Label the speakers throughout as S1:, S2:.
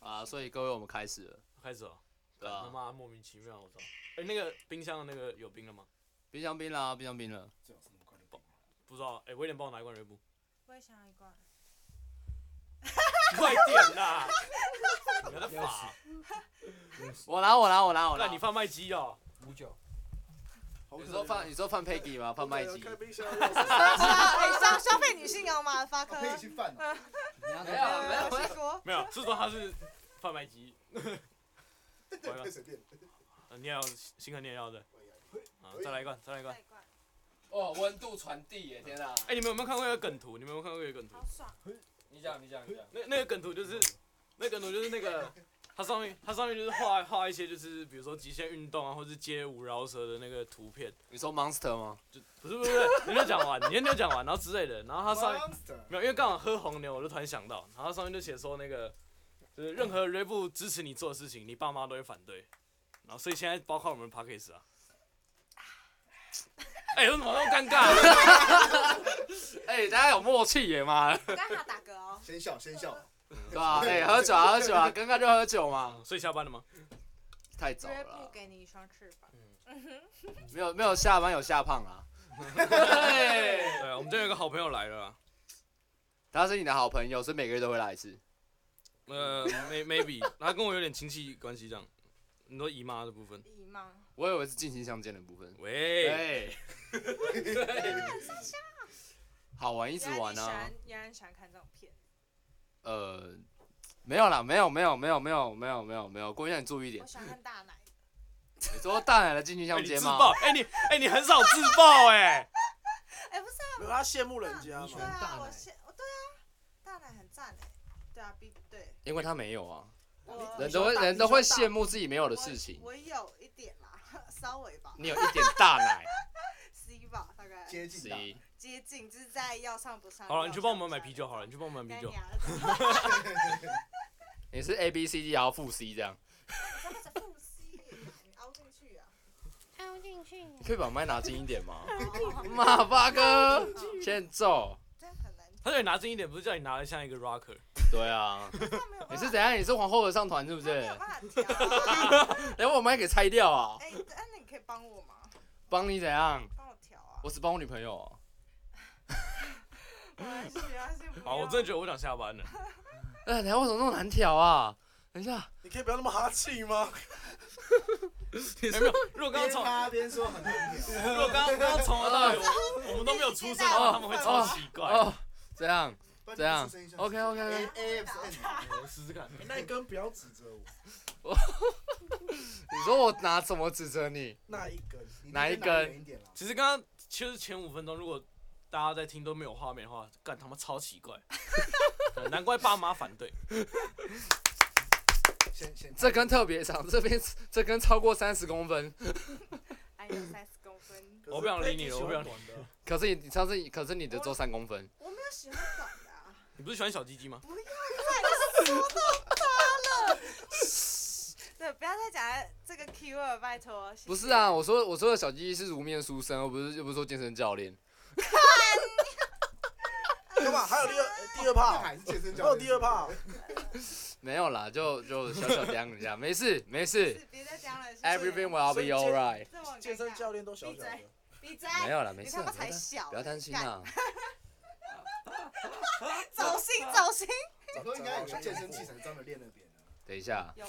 S1: 啊，所以各位我们开始了，
S2: 开始了，
S1: 对
S2: 他
S1: 啊，
S2: 妈莫名其妙，我操！哎、那个冰箱的那个有冰了吗？
S1: 冰箱冰啦，冰箱冰了，
S3: 最好是那么快就爆。
S2: 不知道，哎、威廉帮我拿一 罐瑞布，
S4: 我也想要一罐。
S2: 快点啦！你还在
S3: 要
S2: 法
S3: 死？
S1: 我拿我拿我拿我拿
S2: 那你。贩卖机哦，
S3: 五九，好
S1: 你
S3: 可
S1: 说
S3: 怜
S1: 贩你说贩 Peggy 吗？贩卖机？
S5: 开冰箱钥匙
S4: 消消消费女性哦，马发科
S3: 啊，。可以去饭了。
S1: 没有没有没有，
S4: 说
S2: 没有，是说它是贩卖机。 完了
S5: 太，随便。
S2: 啊你也要新肯定也要的啊，再来一罐，再来一罐。
S4: 罐，
S1: 哦，温度传递耶！天哪，
S2: 哎、你们有没有看过那个梗图？你们有没有看过一个梗图
S4: 好？爽。
S6: 你讲，你讲，你讲。
S2: 那那个梗图就是，那个梗图就是那个，它上面它上面就是画画一些就是比如说极限运动啊，或是街舞饶舌的那个图片。
S1: 你说 Monster 吗？
S2: 就不是不是不是，你没有讲完，你先没有讲完，然后之类的，然后它上 面
S5: Monster
S2: 没有，因为刚好喝红牛，我就突然想到，然后上面就写说那个就是任何 r e b 支持你做的事情，你爸妈都会反对，然后所以现在包括我们 p a c k a g e 啊，哎、为什么那么尴尬？
S1: 哎，大家有默契耶妈的，
S4: 我刚好打嗝哦。
S5: 先笑先笑，
S1: 对吧？哎，喝酒啊喝酒啊，尴尬就喝酒嘛，
S2: 所以下班了吗？
S1: 太早
S4: 绝
S1: 了
S4: 不
S1: 啦，
S4: 给你一双翅膀。
S1: 没有没有下班有下胖啊。嘿
S2: 对，我们这有一个好朋友来了啊，
S1: 他是你的好朋友，所以每个月都会来一次。
S2: 呃，may maybe，他 跟我有点亲戚关系这样，你说姨妈的部分，
S4: 姨妈，
S1: 我以为是近亲相见的部分。
S2: 喂，
S1: 哎，好玩一直玩啊。
S4: 原来你喜欢看这种片。
S1: 呃，没有啦，没有没有没有没有没有没有没有，郭先生你注意一点
S4: 我。喜欢看大奶。
S1: 你说大奶的近亲
S2: 哎
S1: 相
S2: 你
S1: 接
S2: 自
S1: 吗
S2: 爆？，哎、你哎、你很少自爆哎、
S4: 哎，不是啊，
S5: 没有他羡慕人家
S3: 你喜
S4: 对
S3: 欢
S5: 嘛。
S4: 啊，
S3: 大
S4: 我
S3: 奶
S4: 先，哦对啊，大奶很赞哎。对啊，比对。
S1: 因为他没有啊，
S4: 我
S1: 人都会
S5: 你说大
S1: 人都会
S5: 你说大
S1: 羡慕自己没有的事情。
S4: 我我有一点啦，稍微吧
S1: 你有一点大奶，
S4: ，C 吧，大概
S3: 接近的，
S1: 谁？
S4: 接近，就是在要上不上。
S2: 好了，你去帮我们
S4: 要上
S2: 买
S4: 不上
S2: 啤酒好了，你。去帮我们
S4: 干
S2: 买啤
S4: 你
S2: 酒。
S4: 儿子
S1: 你是 A B C D 然后负 C 这样，
S4: 他们是腹吸，你凹进去啊！
S7: 凹进去，
S1: 可以把麦拿近一点吗？
S4: 哦
S1: 马 八哥，欠揍。
S4: 这样很难。
S2: 他叫你拿近一点，不是叫你拿的像一个 rocker。
S1: 对啊，
S4: 他没有
S1: 你
S4: 办
S1: 是
S4: 法，
S1: 怎样？你是皇后合唱团是不
S4: 他
S1: 是？
S4: 没有办法调啊。
S1: 然后我麦给拆掉啊？
S4: 哎，那你可以帮我吗？
S1: 帮你怎样？
S4: 帮我调啊。
S1: 我只帮我女朋友啊。
S4: 没关系，没关系。
S2: 好，我真的觉得我想下班了。
S1: 哎，等一下为什么那么难调啊？等一下，
S5: 你可以不要那么哈 气吗？
S2: 哎没有，如果刚
S3: 边
S2: 刚从
S3: 擦边说很难聊。
S2: 如果刚刚刚从头到尾，我我们都没有出声的话，他们会超奇怪。
S1: 哦，怎样
S5: 不然你
S1: 怎样
S5: 出声一下
S1: ？OK OK，
S3: A A F M，
S2: 我试试看，
S5: 那一根不要指责我，
S1: 你说我拿怎么指责你？
S5: 那一根
S3: 你
S1: 哪一
S3: 那边拿
S1: 根
S3: 远一点啦？
S2: 其实刚刚其实前五分钟，如果大家在听都没有画面的话，干他妈超奇怪， 对难怪爸妈反对。
S3: 先先
S1: 这根特别长，这边这根超过三十公分。
S4: 哎有三十公分，
S2: 我不想理你了我不想理
S5: 你了。
S1: 可是你你上次你可是你的只有三公分，
S4: 我没有喜欢短的啊。
S2: 你不是喜欢小鸡鸡吗？
S4: 对，不要再讲这个 keyword，拜托。谢谢
S1: 不是啊？，我说我说的小鸡鸡是无面书生，而不是又不是说健身教练。
S5: 干嘛？还有第二第 二
S3: 那
S5: 趴，
S3: 还是健身
S5: 还
S3: 教
S5: 有
S3: 练。
S5: 第二 趴，
S1: 没有啦，就就小小这样一下，没事没
S4: 是
S1: 事
S4: 别再讲了。谢谢
S1: ，everything will be alright。
S4: 这么尴尬
S5: 健身教练都小小的
S4: 闭，闭嘴，
S1: 没有啦，没
S4: 你
S1: 事
S4: 他
S1: 啦，
S4: 妈
S1: 不要
S4: 才
S1: 担
S4: 小，
S1: 不要担心啊
S4: 干。
S1: 啦。
S4: 走心，走心。
S3: 早
S5: 都
S3: 都
S5: 应
S3: 应
S5: 该
S3: 该
S5: 有
S3: 有
S5: 些
S3: 些健
S5: 健身
S3: 身
S5: 器
S3: 器
S5: 材
S3: 材
S5: 专门练那边的。
S1: 等一下，
S4: 有，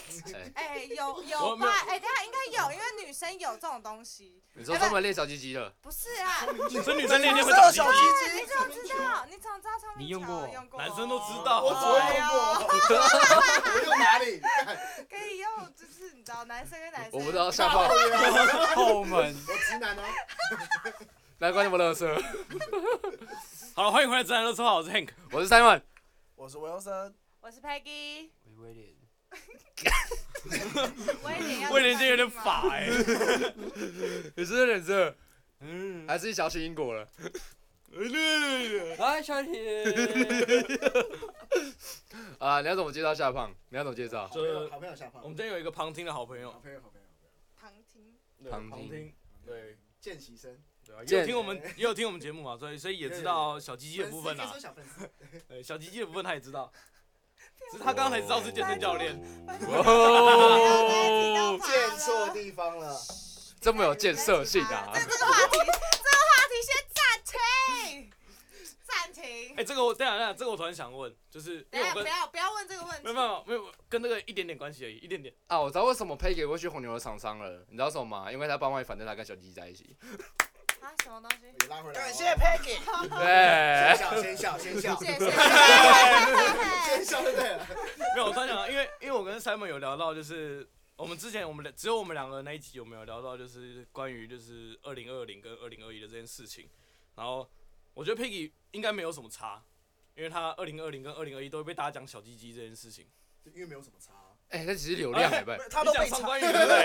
S1: 哎，
S4: 哎，有有
S2: 我没有
S4: 吧？哎，等一下应该有，因为女生有这种东西。
S1: 你说专门练小鸡鸡的，
S4: 不是啊，
S2: 所以女生练练会
S5: 小
S2: 长
S5: 鸡
S2: 鸡
S4: 你
S5: 鸡，
S4: 怎么知道？你怎么知道聪明
S6: 你用
S4: 球
S6: 过
S4: 用过？哦
S2: 男生都知道
S5: 我只会用过，
S3: 我用哪里？干
S4: 可以用，就是你知道，男生跟男生。
S1: 我不知道下方后门，
S3: 我直男哦。
S1: 难怪那么乐色。
S2: 鸡。 好了，欢迎回来，自然乐说好，我是 Hank。
S1: 我是 Simon，
S5: 我是 Wilson，
S4: 我是 Peggy，
S6: 喂威廉，
S4: 威廉要。
S2: 威廉这有点。法哎，
S1: 你是不是忍着，
S6: 嗯，
S1: 还是小起因果了？
S6: 来小铁，
S1: 啊，你要怎么介绍下胖？你要怎么介绍
S3: 好？朋友好朋友下趴。
S2: 我们今天有一个旁听的好朋
S3: 好
S2: 友，
S3: 朋友好朋友。
S4: 旁听。
S2: 对
S1: 旁听
S2: 旁听，对。
S3: 见习生，
S2: 对啊，也有
S1: 见
S2: 听 我们也有听我们节目嘛，所以所以也知道小鸡鸡的部分
S3: 粉丝可以说，
S2: 啊
S3: 小粉丝，
S2: 对小鸡鸡的部分他也知道。只是他刚才知道是健身教
S4: 哦
S2: 练，
S1: 哦，
S3: 建错地方了，
S1: 这么有建设性 啊
S4: 这！这个话题，这个话题先暂停，暂停
S2: 哎、。这个我等一下等一下，这个我突然想问，就是因
S4: 等
S2: 为
S4: 一下
S2: 我跟
S4: 不要不要问这个问题。
S2: 没有没有没有跟那个一点点关系而已，一点点。
S1: 啊，我知道为什么 Peggy 会去红牛的厂商了，你知道为什么吗？因为他爸妈也反对他跟小鸡在一 起。
S4: 啊，什么东西？
S3: 给拉回来。
S5: 感谢 Peggy。
S2: 哎
S1: 对，
S3: 先笑，先笑，
S4: 谢
S3: 先
S4: 谢
S3: 笑，
S4: 谢谢。
S3: 先笑就对了。
S2: 没有，我突然想到，因为因为我跟 Simon 有聊到，就是我们之前我们只有我们两个那一集有没有聊到，就是关于就是二零二零跟二零二一的这件事情。然后我觉得 Peggy 应该没有什么差，因为他二零二零跟二零二一都会被大家讲小鸡鸡这件事情。
S3: 因为没有什么差啊。
S1: 哎，那只是流量，哎，不是
S5: 他都
S2: 你讲
S5: 被
S2: 上
S5: 查
S2: 关于对不对？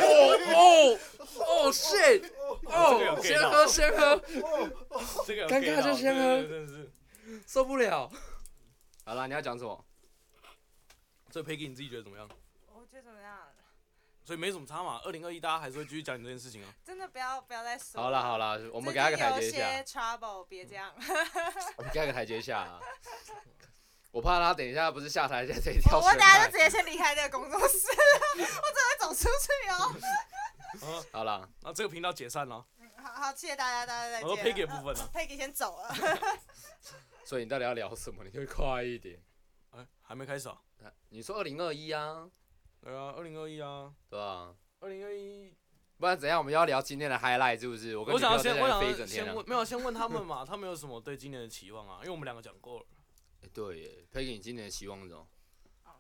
S1: 哦哦哦，shit！
S2: 有
S1: 哦，
S2: get
S1: 先
S2: 到
S1: 喝先喝，
S2: 这个有
S1: 尴尬
S2: get 到
S1: 就先喝
S2: 对对对真的是。
S1: 受不了。好啦，你要讲什么？
S2: 所以 Peggy 你自己觉得怎么样？
S4: 我觉得怎么样？
S2: 所以没什么差嘛，二零二一大家还是会继续讲你这件事情啊。
S4: 真的不要不要再说。
S1: 好啦好，啦，我
S4: 我
S1: 们给他个台阶下嗯
S4: 有些，trouble，别这样。
S1: 我们给他个台阶下 啊。我怕他等一下不是下台阶这一
S4: 我
S1: 条
S4: 哦我
S1: 全
S4: 等下
S1: 开
S4: 就直。接先离开这个工作室， 我准备走出去哦。
S1: 好啦，
S2: 那这个频道解散了，
S4: 嗯好好，谢谢大家，大家再
S2: 我说
S4: 见。啊
S2: Peggy 的部分呢？
S4: Peggy 先走了。
S1: 所以你到底要聊什么？你就快一点。
S2: 哎，还没开始啊？
S1: 啊你说二零二一啊，
S2: 对啊，二零二一啊，
S1: 对吧？
S2: 二零二一。
S1: 不然怎样？我们要聊今天的 highlight 是不是？我跟
S2: 我想要
S1: 女朋
S2: 先，
S1: 友
S2: 我
S1: 在那
S2: 想
S1: 里飞一
S2: 要
S1: 整天啊
S2: 先
S1: 了
S2: 问，。没有先问他们嘛，他们有什么对今年的期望啊？因为我们两个讲过了，
S1: 哎对耶，Peggy，你今年的期望是什么？
S4: 嗯，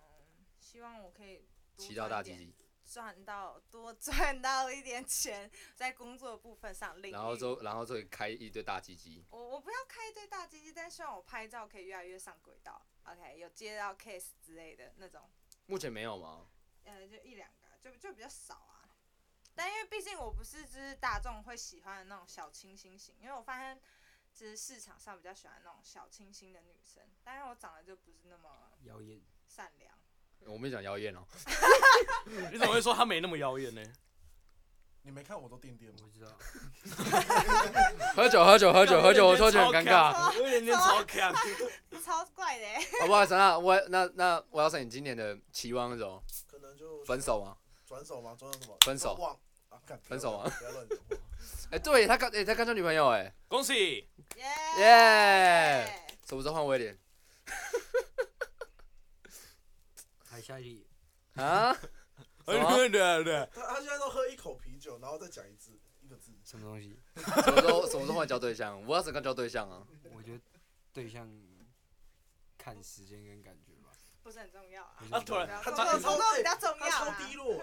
S4: 希望我可以多
S1: 骑到大
S4: 赚
S1: 鸡
S4: 点
S1: 鸡，
S4: 赚到多赚到一点钱，在工作的部分上领域。
S1: 然后之后，然后之后开一堆大鸡鸡。
S4: 我我不要开一堆大鸡鸡，但希望我拍照可以越来越上轨道。OK，有接到 case 之类的那种，
S1: 目前没有吗？
S4: 呃，就一两个，就就比较少啊。但因为毕竟我不是就是大众会喜欢的那种小清新型，因为我发现就是市场上比较喜欢那种小清新的女生，但是我长得就不是那么
S6: 谣言，
S4: 善良。
S1: 我没讲妖艳 哦。
S2: 你怎么会说他没那么妖艳呢？
S5: 你没看我都垫垫吗
S6: 我？知道，
S1: 喝酒，喝酒，喝酒，喝酒，我说
S2: 突
S1: 觉得很尴尬。
S2: 我有点点超看。
S4: 超怪的、欸，
S1: 好不好意思，那我那那我要说你今年的期望是什么？
S5: 可能就
S1: 分手吗？
S5: 转手吗？转手什么？
S1: 分手
S5: 忘啊，干
S1: 分手吗？
S5: 不要乱讲话。
S1: 哎、对他刚哎、他刚交女朋友哎、
S2: 恭喜，
S4: 耶、
S1: 耶什么时候换威廉
S6: 海下里
S1: 啊？什么？
S2: 对啊对对，
S5: 他他现在都喝一口啤酒，然后再讲一字一个字。
S6: 什么东西？
S1: 什么时候什么时候换交对象？我要是刚交对象啊？
S6: 我觉得对象看时间跟感觉 吧。
S4: 不是很重要啊。
S6: 不是
S2: 他突然
S4: 对啊
S2: 他
S4: 工
S2: 他
S4: 作工作比较重要啊
S5: 他超
S4: 啦。
S5: 低落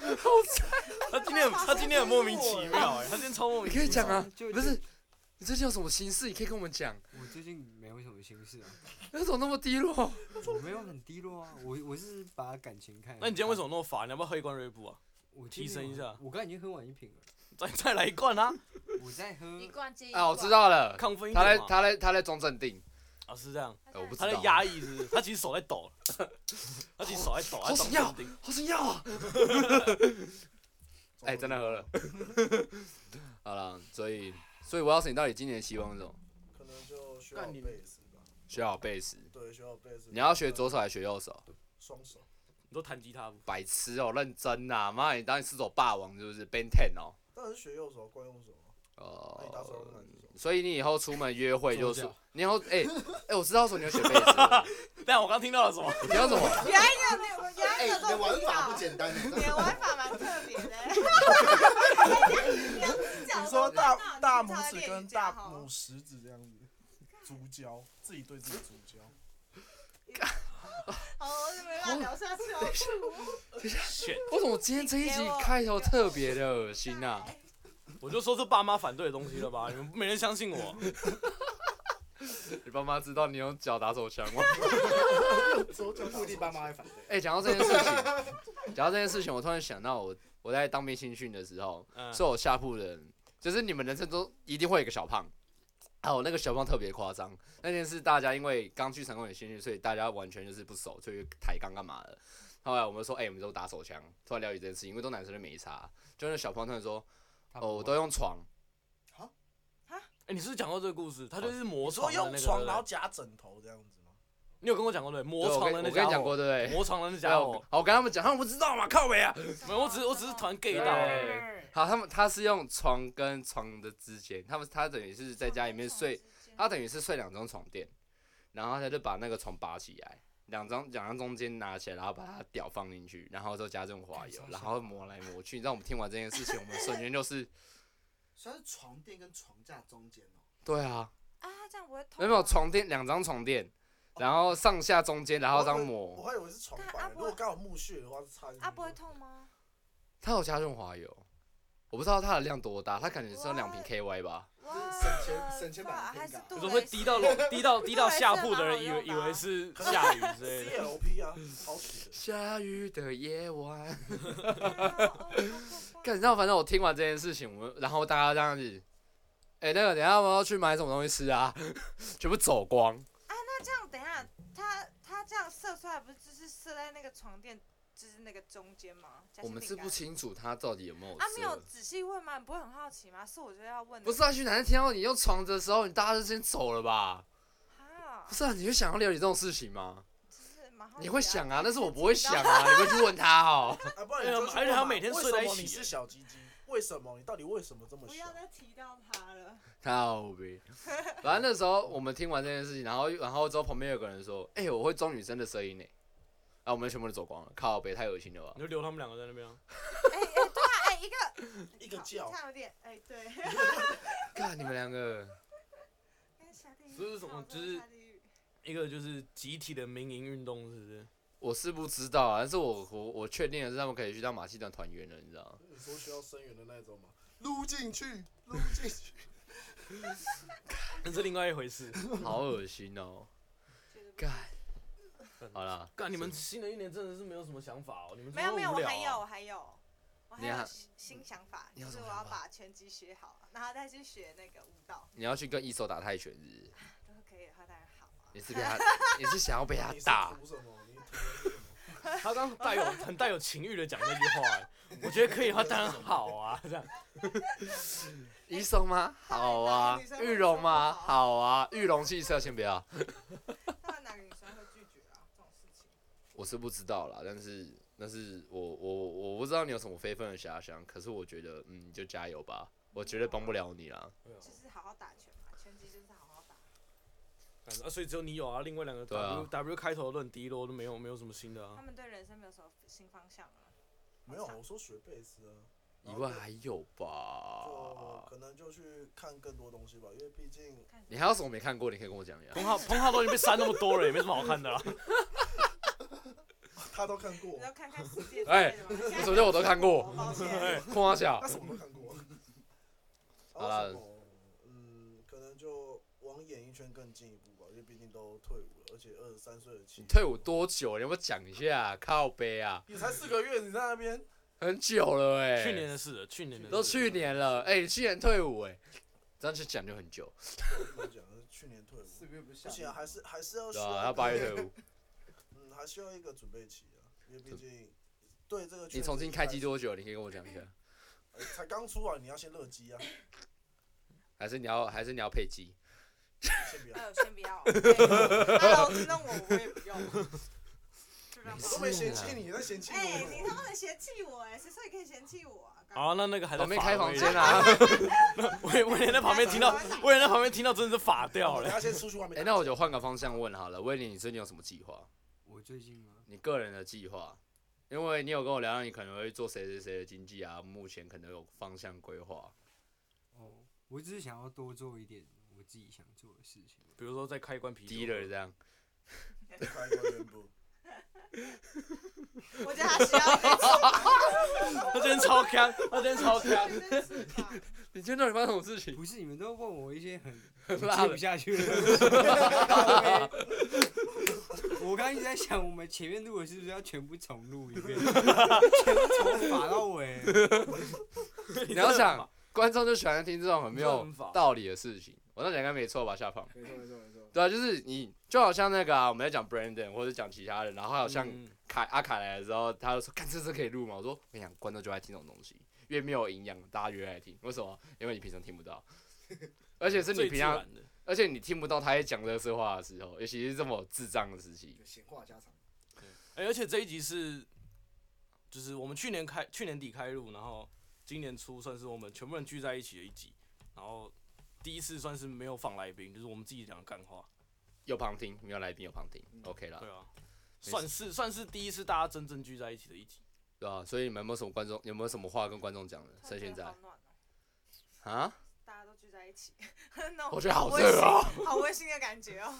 S5: 欸，
S2: 他今天很他今天很莫名其妙哎，他今天超莫
S1: 你
S2: 名。
S1: 可以讲啊，
S6: 就
S1: 不是？你最近有什么心事？你可以跟我们讲。
S6: 我最近没有什么心 事啊，
S1: 你怎么那么低落？
S6: 我没有很低落啊，我我是把感情看。
S2: 那你今天为什么？那么烦？你要不要喝一罐瑞布啊？
S6: 我
S2: 提
S6: 今天
S2: 升一下
S6: 我刚刚已经喝完一 瓶了，
S2: 再再来一罐啊，
S6: 我在喝
S4: 一。罐接一罐。
S1: 啊，我知道了，
S2: 亢奋一
S1: 他在
S2: 点嘛。
S1: 他在他在装镇定，
S2: 啊，是这样，
S4: 他
S1: 呃我不知
S2: 他在
S1: 道。
S2: 压抑是不是？他其实手在抖，他其实手在抖，
S1: 好
S2: 他
S1: 想
S2: 手
S1: 要
S2: 在抖
S1: 好想要啊！哎、真的喝了。 好了，所以所以我要是你到底今年的期望是什么？
S5: 可能就需要
S2: 干你
S5: 贝斯吧。
S1: 学好贝斯，
S5: 对，需要贝斯。
S1: 你要学左手还是学右手？
S5: 双手，
S2: 你都弹吉他不？
S1: 白痴哦、认真呐、妈，你当你四手霸王是不是？Ben Ten 哦、
S5: 当然是学右手，惯用手啊。那你打手
S1: 哦、
S5: 哪只手？
S1: 所以你以后出门约会就
S6: 怎
S1: 是
S6: 么
S1: 你以后哎哎、我知道说你要学贝斯 了，
S2: 但我刚听到了什么？
S1: 你听到什么？
S4: 原来有那个，原来
S3: 哎，
S4: 有
S3: 你
S4: 这
S3: 的
S4: 种
S3: 玩
S4: 味
S3: 法
S4: 道
S3: 不。简单欸。
S4: 你的玩法蛮特别 的。
S5: 你说大大拇指跟大拇食指这样子，足交，自己对自己足交。
S4: 哦，我怎么乱聊下去了？
S2: 选，
S1: 为什么今天这一集开头特别的恶心啊？
S2: 我就说是爸妈反对的东西了吧？你们没人相信我。
S1: 你爸妈知道你用脚打手枪吗？
S3: 说就固定爸妈会反对。
S1: 哎、讲到这件事情，讲到这件事情，我突然想到我我在当兵新训的时候，
S2: 嗯，
S1: 是我下铺的人，就是你们人生中一定会有一个小胖。啊，我那个小胖特别夸张。那天是大家因为刚去成功也新训，所以大家完全就是不熟，就去抬杠干嘛的。后来我们说，哎、我们都打手枪，突然聊起这件事情，因为都男生就没差。就那小胖突然说，
S6: 他不
S1: 哦，我
S6: 会
S1: 都用床，
S2: 哎、你是不是讲过这个故事？他就是魔
S5: 我说
S2: 床的那
S5: 用
S2: 个，
S5: 床，然后
S2: 对
S5: 夹枕头这样子吗？
S2: 你有跟我讲过对？
S1: 对
S2: 魔
S1: 我
S2: 床
S1: 跟
S2: 的那
S1: 我
S2: 家
S1: 跟你讲
S2: 伙，
S1: 过对不对？
S2: 魔床的那
S1: 然
S2: 家
S1: 后
S2: 伙，
S1: 我跟他们讲，他们不知道嘛，靠北啊！
S2: 没有，我只是我只是突然 get
S1: 对
S2: 到了，
S1: 好，他们他是用床跟床的之间，他们他等于是在家里面睡，，啊他等于是睡两张床垫，然后他就把那个床拔起来，两张两张中间拿起来，然后把它屌放进去，然后之后加这种滑油，然后磨来磨去。你知道我们听完这件事情，我们瞬间 就是，
S3: 所以它是床垫跟床架中间哦。
S1: 对啊，
S4: 啊，这样不会痛吗。
S1: 没有床垫两张床垫，然后上下中间，然后这样
S5: 我
S1: 磨，
S5: 还以为是床
S4: 但阿
S5: 板，
S4: 波
S5: 如果刚好木屑的话是插进去。
S4: 啊，不会痛吗？
S1: 他有加润滑油，我不知道它的量多大，它感觉是要两瓶 KY 吧。
S4: 哇，
S3: 省钱省钱版的
S4: 哇
S3: Tenga
S4: 还是杜蕾
S2: 我
S5: 啊
S2: 说
S4: 斯
S2: 会滴到楼滴到滴到下铺的人以
S4: 这还
S2: 为
S4: 是
S2: 以
S4: 蛮好用的啊
S2: 为是下雨之类的。
S5: CLP 啊，好使的。
S1: 下雨的夜晚，
S4: 对啊哦 不不不
S1: 干，你知道，反正我听完这件事情，我们然后大家这样子，哎、那个等一下我们要去买什么东西吃啊？ 全部走光，
S4: 那这样等一下，他他这样射出来不是就是射在那个床垫，就是那个中间吗？夹
S1: 我
S4: 心
S1: 们
S4: 饼
S1: 是不
S4: 干
S1: 清楚他到底有没有
S4: 啊，没有
S1: 射。
S4: 仔细问吗？你不会很好奇吗？是我就要问的。
S1: 不是啊，去男听到你用床的时候，你大家就先走了吧？
S4: 啊
S1: 不，是啊，你会想要了解这种事情吗？
S4: 就是蛮好奇
S1: 你会
S4: 啊
S1: 想啊，
S4: 第
S1: 但
S4: 一
S1: 是
S4: 次
S1: 我不会
S4: 知
S1: 想
S4: 道
S1: 啊，你会去问他哦。
S5: 啊，不然你就去问嘛
S2: 而且他每天睡在一起
S5: 为什么你是小鸡鸡，为什么？你到底为什么这么
S4: 不
S5: 小
S4: 要？再提到他了。
S1: 靠 呗。反正那时候我们听完这件事情，然后然后之后旁边有个人说：“哎、我会装女生的声音呢。”啊，我们全部都走光了，靠北太恶心了吧
S2: 你？就留他们两个在那边啊，
S4: 哎哎，对啊，哎一个
S5: 一个
S4: 好
S5: 叫
S4: 这样有点哎对。
S1: 看你们两个，
S4: 跟下地狱
S2: 不是什么
S4: 差不多
S2: 就是
S4: 下地狱
S2: 一个就是集体的民营运动，是不是？
S1: 我是不知道啊，但是我我我确定的是他们可以去当马戏团团员了，你知道吗？
S5: 你说需要声援的那一种吗？撸进去，撸进去。
S2: 那是另外一回事。
S1: 好恶心哦！
S4: 觉得不
S1: 干，好啦，
S2: 干，你们新的一年真的是没有什么想法哦，你们
S4: 没有没有，
S2: 真
S4: 我
S2: 的
S4: 还
S2: 很无聊
S4: 有
S2: 啊
S4: 我还有我还
S1: 你
S4: 有
S1: 还
S4: 新新想法，
S1: 你
S4: 就
S1: 有
S4: 是
S1: 什
S4: 我
S1: 么
S4: 要
S1: 想法
S4: 把拳击学好，然后再去学那个舞蹈，
S1: 你要去跟一手打泰拳是不是？
S4: 如果可以的话当然好 啊。
S1: 你是被他，你是想要 被他
S5: 你是
S1: 打？
S5: 图什么？你图什么？
S2: 他刚带有很带有情欲的讲那句话、哎我觉得可以的话当然好啊，这样。
S1: 一手吗？好啊
S4: 哎那。个女生会
S1: 玉龙吗？
S4: 说不好
S1: 好啊。玉龙汽车先不要，
S4: 当然哪个女生会拒绝啊？这种事情。
S1: 我是不知道啦，但是但是我我我不知道你有什么非分的遐想，可是我觉得嗯，你就加油吧，我绝对帮不了你啦。
S4: 就是好好打拳嘛，拳击就是好好打。
S2: 啊，所以只有你有啊，另外两个
S1: 对啊
S2: W、W 开头的都很低落，都没有没有什么新的
S4: 他
S2: 啊。
S4: 们对人生没有什么新方向啊了。
S5: 没有，我说学贝斯啊。
S1: 以外还有
S5: 就
S1: 吧？
S5: 可能就去看更多东西吧，因为毕竟
S4: 看
S1: 你还有什么没看过？你可以跟我讲 一下。
S2: 彭浩彭浩都已经被删那么多了，也没什么好看的啦。啊
S5: 他都看过
S4: 你，要看看世界之类的
S1: 哎
S4: 吗。现在
S1: 我首先我都看过，
S4: 抱 歉，
S1: 夸小
S5: 他什么都看 过。
S1: 好
S5: 然后
S1: 啦
S5: 什么嗯，可能就往演艺圈更进一步吧，因为毕竟都退伍了，而且二十三岁的
S1: 你
S5: 期，
S1: 退伍多久？你要不要讲一下？靠背啊，
S5: 你才四个月，你在那 边
S1: 很久了哎、
S2: 去年的事了，去年的事
S1: 都去年了，哎、你去年退伍哎、这样去讲就很久，
S5: 我讲的是去年退伍，
S3: 四个月不是
S5: 而且啊还是还是要需
S1: 对
S5: 要一
S1: 吧、
S5: 个
S1: 啊？要八月退伍，
S5: 嗯，还需要一个准备期啊，因为毕竟对这个圈子
S1: 你重新开机
S5: 一
S1: 多久？你可以跟我讲一下，
S5: 开始，呃才刚出来，你要先乐机啊，
S1: 还是你要还是你要配机？
S5: 先 不要，
S4: 呃，先不要。Hello，听到我我也不用。就让
S1: 没
S5: 我
S1: 事
S5: 都
S4: 他
S5: 没嫌弃你，你在嫌弃
S4: 哎，你
S5: 我，
S4: 他妈的嫌弃我哎，谁说你可以嫌弃我啊？
S2: 好、啊，那那个还在
S1: 旁边开
S2: 法
S1: 房
S2: 位
S1: 间，啊！
S2: 我也我也在旁边听到，我也在旁边听到，真的是法掉
S5: 你
S2: 了。
S5: 要先出去外面
S1: 哎、。那我就换个方向问好了，威廉，你最近有什么计划？
S6: 我最近吗？
S1: 你个人的计划？因为你有跟我聊到你可能会做谁谁谁的经济啊，目前可能有方向规划。
S6: 哦，我只是想要多做一点我自己想做的事情。
S2: 比如说再开一罐啤酒
S1: dealer 这样，
S5: 开关 全部。
S4: 我觉得他需要一点
S2: 他今天超强，他今天超强。
S4: 翅膀。
S1: 你今天到底发生什么事情？
S6: 不是你们都问我一些 很
S1: 很
S6: 我
S1: 辣
S6: 接
S1: 的
S6: 不下去的东 西。靠背我刚刚一直在想，我们前面录的是不是要全部重录一 遍，全部从法到尾？
S1: 你要想，观众就喜欢听这种很没有
S2: 问法
S1: 道理的事情。我那讲应该没错吧，下方？
S3: 没错没错没错。
S1: 对啊，就是你就好像那个啊，我们在讲 Brandon 或者讲其他人，然后还有像
S2: 嗯
S1: 凯、阿凯来的时候，他就说：“看这次可以录吗？”我说：“我跟你讲，观众就爱听这种东西， 越没有营养，大家越爱听。为什么？因为你平常听不到，而且是你
S2: 最自
S1: 平常
S2: 然的，
S1: 而且你听不到他在讲乐色话的时候，尤其是这么智障的时期，
S3: 就闲话家常。
S2: 哎、而且这一集是，就是我们去年开去年底开录，然后今年初算是我们全部人聚在一起的一集，然后第一次算是没有访来宾，就是我们自己讲干话，
S1: 有旁听，没有来宾有旁听
S3: 嗯
S1: ，OK 啦
S2: 对，啊，
S1: 事
S2: 算是算是第一次大家真正聚在一起的一集。
S1: 对啊，所以你们有没有什么观众有没有什么话跟观众讲的？趁现在
S4: 好暖哦，
S1: 啊，
S4: 大家都聚在一起， 那种
S1: 我觉得好
S4: 温
S1: 热啊，
S4: 馨好温馨的感觉哦。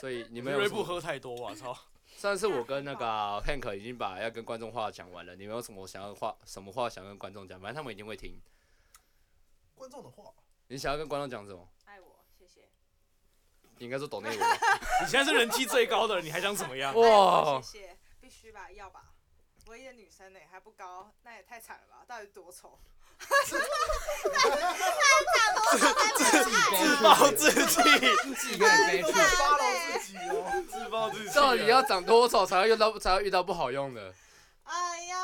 S1: 所以你
S2: 你
S1: 们有什
S2: 不
S1: 么？
S2: 喝太多吧？操！
S1: 上次我跟那个啊 Hank 已经把要跟观众话讲完了，你们有什么想要话什么话想跟观众讲？反正他们一定会听。
S5: 观众的话，
S1: 你想要跟观众讲什么？
S4: 爱我，谢谢。
S1: 你应该说抖 内
S5: 啊
S2: 你现在是人气最高的，你还想怎么样？
S1: 我哇
S4: 哎，谢谢，必须吧，要吧。唯一的女生呢、还不高，那也太惨了吧？到底多丑？
S2: 自暴自弃，
S6: 自己有点
S1: 哎
S6: 悲
S5: 都
S6: 剧。
S5: 发牢自己哦。
S2: 自暴自弃啊。
S1: 到底要长多丑才会遇到才会遇到不好用的？
S4: 哎呀，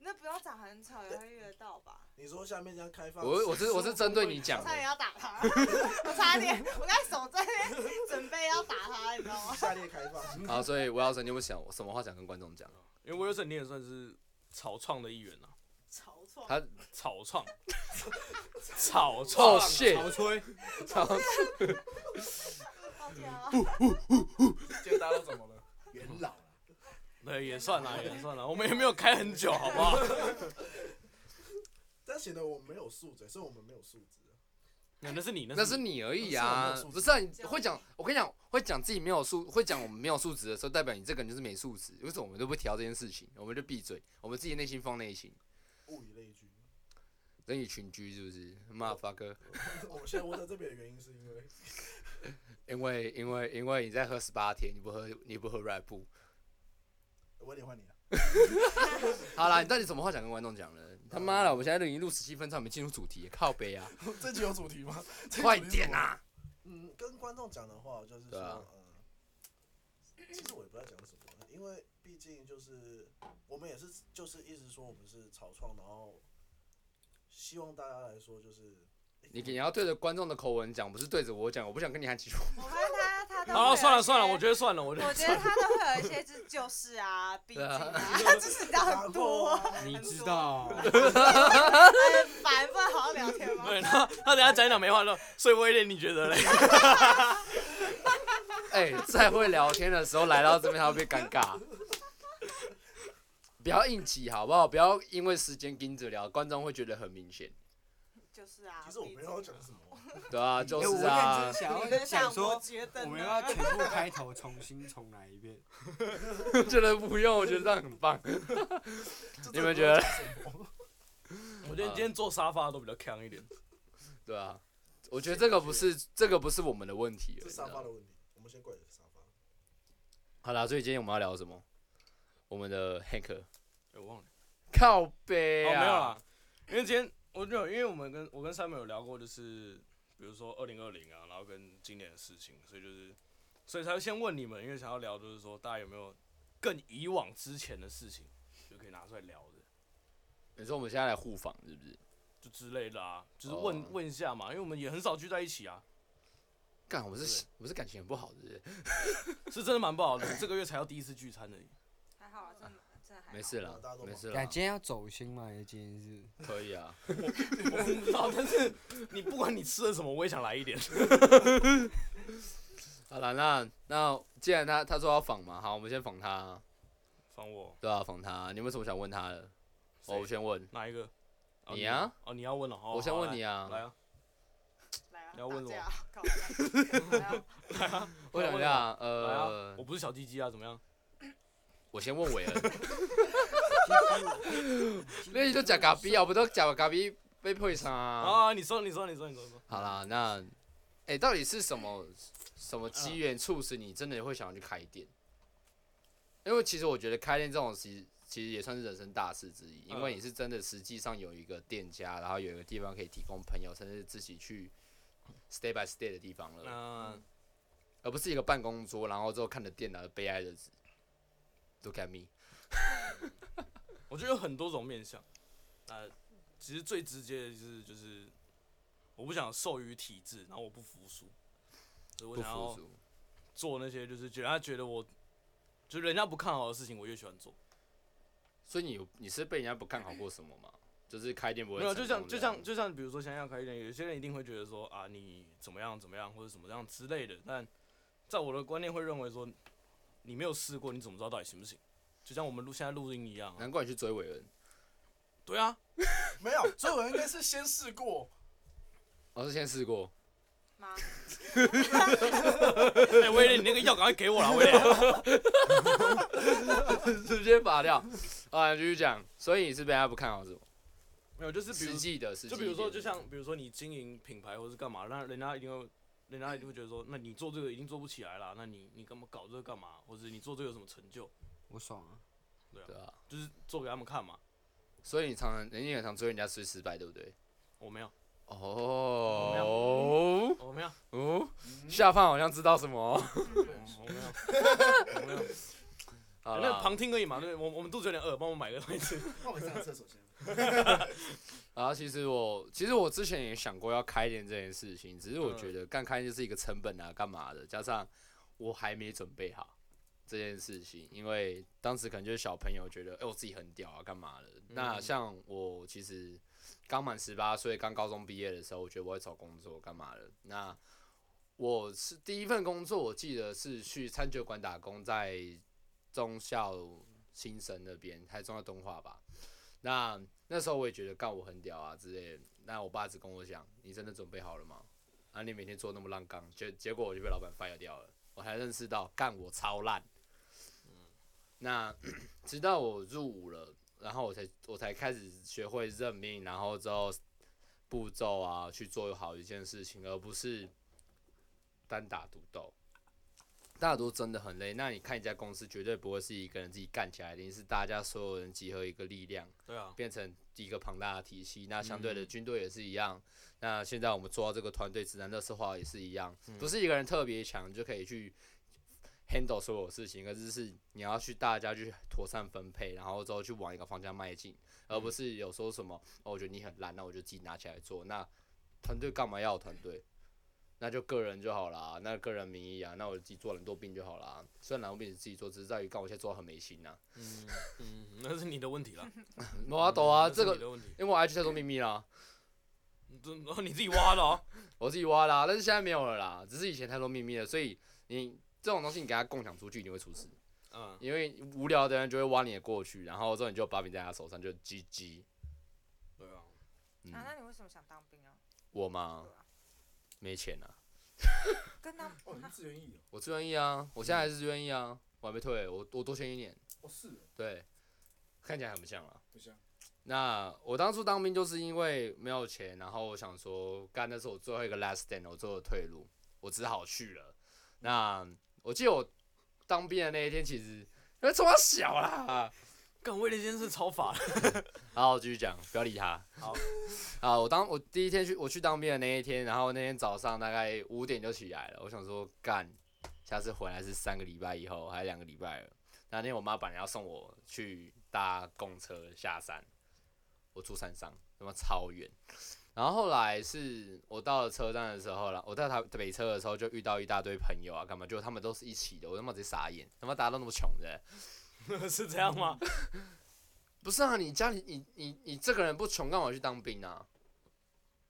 S4: 那不用长很丑也会遇得到吧？
S5: 你说下面这样开放，
S1: 我我是我是针对你
S4: 我
S1: 讲的
S5: 啊
S4: 差，点要打他， 我差点，我刚才手在那边准备要打他，你知 道吗？
S5: 下列开放，
S1: 好，所以我要说你有没有想什么话想跟观 众讲？
S2: 因为 Wilson 你也算是草创的一员啊，
S4: 草创，
S1: 他
S2: 草 创，草
S1: 哦
S2: 创，
S1: shit，
S6: 好吹，
S4: 抱歉啊，
S5: 接大家都怎么 了？
S3: 元老了，
S2: 对，也算啦，也算啦，我们也没有开很久，好 不好？
S5: 但显得我没有素质，所以我们没有素质。啊
S2: 那是你，
S1: 那
S2: 是
S1: 是
S2: 你
S1: 你而已
S5: 那
S1: 啊
S5: 是我没有素，质
S1: 不是啊？你会讲，我跟你讲，会讲自己没有素，会讲我们没有素质的时候，代表你这个人就是没素质。为什么我们都不提到这件事情？我们就闭嘴，我们自己内心放内心，
S5: 物以类聚。
S1: 人以群居是不是？妈发哥，
S5: 我现在窝在这边的原因是因为
S1: 因为因为因为你在喝十八天，你不喝你不喝 Red Bull。
S5: 我得换你啊。
S1: 好啦，你到底什么话想跟观众讲呢？他妈的，我们现在都已经录十七分钟，还没进入主题，靠背 啊，
S5: 这集有主题吗？这集
S1: 快点
S5: 啊！
S1: 啊！
S5: 嗯，跟观众讲的话就是说，
S1: 对啊
S5: 呃，其实我也不知道讲什么，因为毕竟就是我们也是就是一直说我们是草创，然后希望大家来说就是，哎诶
S1: 你你要对着观众的口吻讲，不是对着我讲，我不想跟你喊起床。
S4: 我发现他他都
S2: 好了，
S4: 会
S2: 算
S4: 有一
S2: 了算了，
S4: 些
S2: 我觉得算了，我觉
S4: 我
S2: 得
S4: 觉得他都会有一些就是就是啊，毕竟啊， 就是你知道
S5: 打
S4: 很
S5: 破
S4: 多，
S5: 啊
S4: 很
S6: 你知道，
S4: 烦，不能好好聊天吗？
S2: 对。他他等下讲一讲没话说，所以威廉你觉 得嘞？
S1: 哎、再会聊天的时候来到这边，还会被尴尬。 不要硬挤好不好？不要因为时间盯着聊，观众会觉得很明显，
S4: 就是啊，
S5: 其实我没有要讲什么，
S1: 对啊，就
S6: 哎我
S1: 是
S6: 认
S1: 啊
S6: 真，想
S4: 毕竟。你
S6: 要
S4: 跟
S6: 想
S4: 上
S6: 说
S4: 我，觉得
S6: 我们
S4: 呢
S6: 要全部开头重新重来一遍。
S1: 我觉得不用，我觉得这样很棒。你们觉得？
S2: 我觉得你今天坐沙发都比较强一点，
S1: 对啊，我觉得这个不是这个不是我们的问题了啊
S5: 这
S1: 你知
S5: 沙
S1: 道
S5: 发
S1: 吗。
S5: 的问题，我们先怪沙发。
S1: 好啦，所以今天我们要聊什么？我们的 Hank
S2: 哎我忘了，
S1: 靠
S2: 哦
S1: 背
S2: 没有
S1: 啊，
S2: 啦，因为今天我就有因为我们跟我跟 Simon 有聊过，就是比如说二零二零啊，然后跟今年的事情，所以就是所以才会先问你们，因为想要聊就是说大家有没有更以往之前的事情就可以拿出来聊的。
S1: 你说我们现在来互访是不是？
S2: 就之类的啊，就是
S1: 哦
S2: 问、问一下嘛，因为我们也很少聚在一起啊，
S1: 干，我们是
S2: 对
S1: 我们是感情很不好，是不是？
S2: 是真的蛮不好的。这个月才要第一次聚餐而已，
S4: 还好啊，真的真的还好。
S1: 没事啦
S5: 大家，都忙
S1: 没事
S6: 哎，
S1: 啦，
S6: 今天要走心嘛？今天是
S1: 可以啊。
S2: 我不知道，但是你不管你吃了什么，我也想来一点。
S1: 好了，那那既然他他说要访嘛，好，我们先访他，
S2: 放我
S1: 对啊，访他。你有没有什么想问他的？哦，我
S2: 谁
S1: 先问
S2: 哪一个？哦
S1: 你啊？
S2: 哦，你要问了哦。
S1: 我先
S2: 好
S1: 问你啊
S2: 来来啊，
S4: 来啊，
S2: 你要问
S4: 打架 啊，靠我来啊
S1: 我想一
S2: 问
S1: 下，
S2: 来啊
S1: 呃，
S2: 我不是小鸡鸡啊，怎么样？
S1: 我先问 韦恩， 那你就假咖逼啊，我们都假咖逼被配上啊。
S2: 啊，你说，你说，你说，你说，你说。
S1: 好啦，那哎、到底是什么什么机缘促使你真的会想要去开店？因为其实我觉得开店这种其实其实也算是人生大事之一，因为
S2: 嗯
S1: 你是真的实际上有一个店家，然后有一个地方可以提供朋友，甚至自己去 stay by stay 的地方了，
S2: 那
S1: 而不是一个办公桌，然后之后看着电脑的悲哀日子。Look at me，
S2: 我觉得有很多种面向。呃，其实最直接的就是就是，我不想受于体制，然后我不服输。所以我
S1: 不
S2: 想
S1: 服
S2: 要
S1: 输。
S2: 做那些就是觉得他啊觉得我，就是人家不看好的事情，我越喜欢做。
S1: 所以你有你是被人家不看好过什么吗？就是开店不会
S2: 没有，
S1: 成
S2: 就像
S1: 功
S2: 就
S1: 这样
S2: 像就像比如说想想开一点，有些人一定会觉得说啊你怎么样怎么样或者怎么样之类的，但在我的观念会认为说你没有试过，你怎么知道到底行不行？就像我们录现在录音一样、啊，
S1: 难怪你去追伟恩，
S2: 对啊，
S5: 没有，周文应该是先试过，
S1: 我是先试过，
S4: 吗？
S2: 哎、威廉，你那个药赶快给我啦，威 廉。
S1: 直接拔掉。啊，继续讲，所以你是被他不看好什么？
S2: 没有，就是比
S1: 实
S2: 如
S1: 际的，实际
S2: 就
S1: 一
S2: 比如说，
S1: 点
S2: 就像比如说你经营品牌或是干嘛，那人家一定会，人家一定会觉得说，那你做这个一定做不起来啦，那你你干嘛搞这个干嘛，或者你做这个有什么成就，
S6: 我爽啊！
S1: 对啊，
S2: 就是做给他们看嘛。
S1: 所以你常常你很常追人家追失败，对不对？
S2: 我没有，没有
S1: 哦
S2: 我没有，
S1: 哦，下饭好像知道什么。
S2: 嗯我没 有，我没有。
S1: 好
S2: 那
S1: 啦
S2: 个旁听而已嘛，对，我我们肚子有点饿，帮我买个东西吃。
S3: 那我上个厕所先。
S1: 然后其实我其实我之前也想过要开店这件事情，只是
S2: 嗯
S1: 我觉得干开店就是一个成本啊，干嘛的，加上我还没准备好这件事情，因为当时可能就是小朋友觉得，哎、我自己很屌啊，干嘛的。那像我其实刚满十八岁，刚高中毕业的时候，我觉得我会找工作干嘛的。那我是第一份工作，我记得是去餐酒馆打工，在中校新生那边，还中校东华吧。那那时候我也觉得干我很屌啊之类的。那我爸只跟我讲，你真的准备好了吗？啊，你每天做那么浪杠，结结果我就被老板 fire 掉了。我才认识到干我超烂。那 直到我入伍了，然后我才我才开始学会认命，然后之后步骤啊去做好一件事情，而不是单打独斗。单打独斗真的很累。那你看一家公司，绝对不会是一个人自己干起来，一定是大家所有人集合一个力量。
S2: 对啊，
S1: 变成一个庞大的体系。那相对的，
S2: 嗯
S1: 军队也是一样。那现在我们做到这个团队指南乐色化也是一样，
S2: 嗯
S1: 不是一个人特别强就可以去 handle 所有事情，而是是你要去大家去妥善分配，然后之后去往一个方向迈进，而
S2: 嗯
S1: 不是有时候什么哦，我觉得你很烂，那我就自己拿起来做。那团队干嘛要有团队？那就个人就好啦，那个人名义啊，那我自己做懒惰病就好啦。虽然懒惰病是自己做，只是在于干我现在做的很没心啊呐、
S2: 嗯嗯，那是你的问题啦。
S1: 我要抖啊，
S2: 那嗯是
S1: 这个
S2: 你的问题，
S1: 因为我 IG 在做秘密啦、
S2: 这然后你自己挖的哦。
S1: 我自己挖啦、但是现在没有了啦，只是以前太多秘密了，所以你这种东西你给他共享出去，你会出事，
S2: 嗯，
S1: 因为无聊的人就会挖你的过去，然后之后你就把柄在他手上，就 GG。
S2: 对啊，
S1: 嗯，
S4: 啊，那你为什么想当兵啊？
S1: 我
S4: 对
S2: 嗯
S1: 嘛
S4: 啊，
S1: 没钱啊，
S4: 跟当啊
S3: 哦，你是自愿意哦。
S1: 我自愿意啊，我现在还是自愿意啊，我还没退，我我多签一年，
S3: 哦，是哦，
S1: 对，看起来很不像啊。
S3: 不像。
S1: 那我当初当兵就是因为没有钱，然后我想说，干那是我最后一个 last stand，我最后的退路，我只好去了。那我记得我当兵的那一天，其实因为从小啦，
S2: 干威廉先生是超法的。
S1: 好，我继续讲，不要理他。
S2: 好，
S1: 啊，我当我第一天去我去当兵的那一天，然后那天早上大概五点就起来了，我想说干，下次回来是三个礼拜以后，还是两个礼拜了。那天我妈本来要送我去搭公车下山，我住山上，他妈超远。然后后来是我到了车站的时候了，我到台北车的时候就遇到一大堆朋友啊，干嘛？就他们都是一起的，我他妈直接傻眼，他妈大家都那么穷的、
S2: 是这样吗？
S1: 不是啊，你家里你你你这个人不穷，干嘛去当兵啊？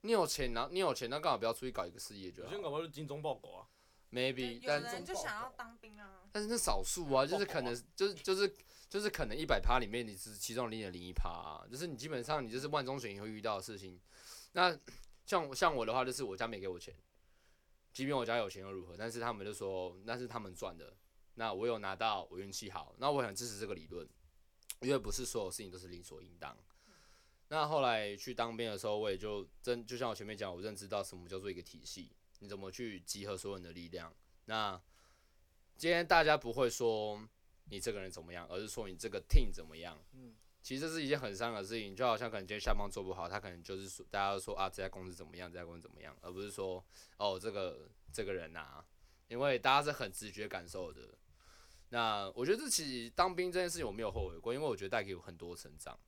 S1: 你有钱然后你有钱，那干嘛不要出去搞一个事业就
S2: 有
S1: 好
S2: 些人搞不好就精忠报国啊。
S1: ？Maybe，
S4: 有
S1: 但
S4: 的人就想要当兵啊，
S1: 但是那少数啊，就是可能就是就是就是可能一百趴里面你只其中零点零一趴啊，就是你基本上你就是万中选一会遇到的事情。那像像我的话，就是我家没给我钱，即便我家有钱又如何？但是他们就说那是他们赚的，那我有拿到，我运气好，那我很支持这个理论，因为不是所有事情都是理所应当。那后来去当兵的时候，我也就真就像我前面讲，我认知到什么叫做一个体系，你怎么去集合所有人的力量。那今天大家不会说你这个人怎么样，而是说你这个 team 怎么样。
S3: 嗯
S1: 其实这是一件很伤的事情，就好像可能今天下班做不好，他可能就是说大家都说啊这家公司怎么样，这家公司怎么样，而不是说哦这个这个人呐、啊因为大家是很直觉感受的。那我觉得这其实当兵这件事情我没有后悔过，因为我觉得带给我很多成长，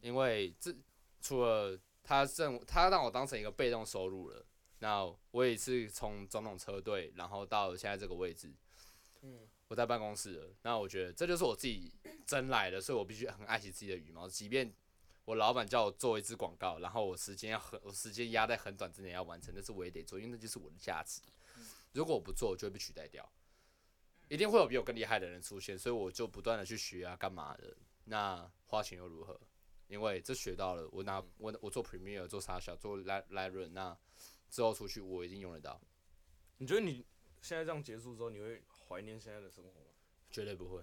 S1: 因为这除了他让我他让我当成一个被动收入了，那我也是从总统车队，然后到现在这个位置，
S2: 嗯，
S1: 我在办公室了。那我觉得这就是我自己争来的，所以我必须很爱惜自己的羽毛。即便我老板叫我做一支广告，然后我时间要很，我时间压在很短之内要完成，但是我也得做，因为那就是我的价值。如果我不做，我就会被取代掉。一定会有比我更厉害的人出现，所以我就不断的去学啊，干嘛的？那花钱又如何？因为这学到了，我拿我我做 Premiere 做沙小做 Light Lightroom，那之后出去我一定用得到，
S2: 你觉得你现在这样结束之后，你会怀念现在的生活吗？
S1: 绝对不会。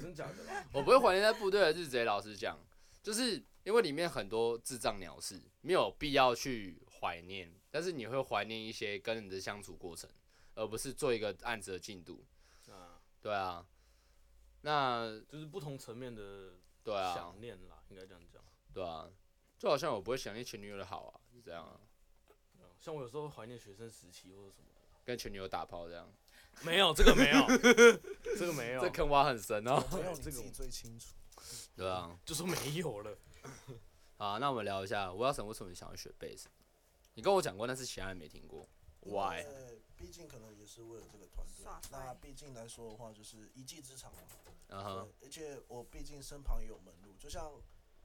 S2: 真假的 啦？
S1: 我不会怀念在部队的日子欸，老实讲，就是因为里面很多智障鸟事，没有必要去怀念，但是你会怀念一些跟你的相处过程，而不是做一个案子的进度。
S2: 啊，
S1: 对啊，那
S2: 就是不同层面的
S1: 对啊
S2: 想，念啦，应该这样讲。
S1: 对啊，就好像我不会想念前女友的好啊，是这样啊，
S2: 对啊像我有时候会怀念学生时期或者什么的，
S1: 跟前女友打炮这样，
S2: 没有这个没 有，这个没有
S1: 这，坑挖很深 哦。
S5: 只有你
S2: 这
S5: 自
S2: 个
S5: 己
S2: 我
S5: 最清楚。
S1: 对啊，
S2: 就说没有了。
S1: 好啊，那我们聊一下，我要想为什么你想要学贝斯？你跟我讲过，但是其他人没听过。Why？
S5: 呃，毕竟可能也是为了这个团队
S4: 耍。帅
S5: 那毕竟来说的话，就是一技之长嘛。
S1: 嗯哼，
S5: 对，而且我毕竟身旁也有门路，就像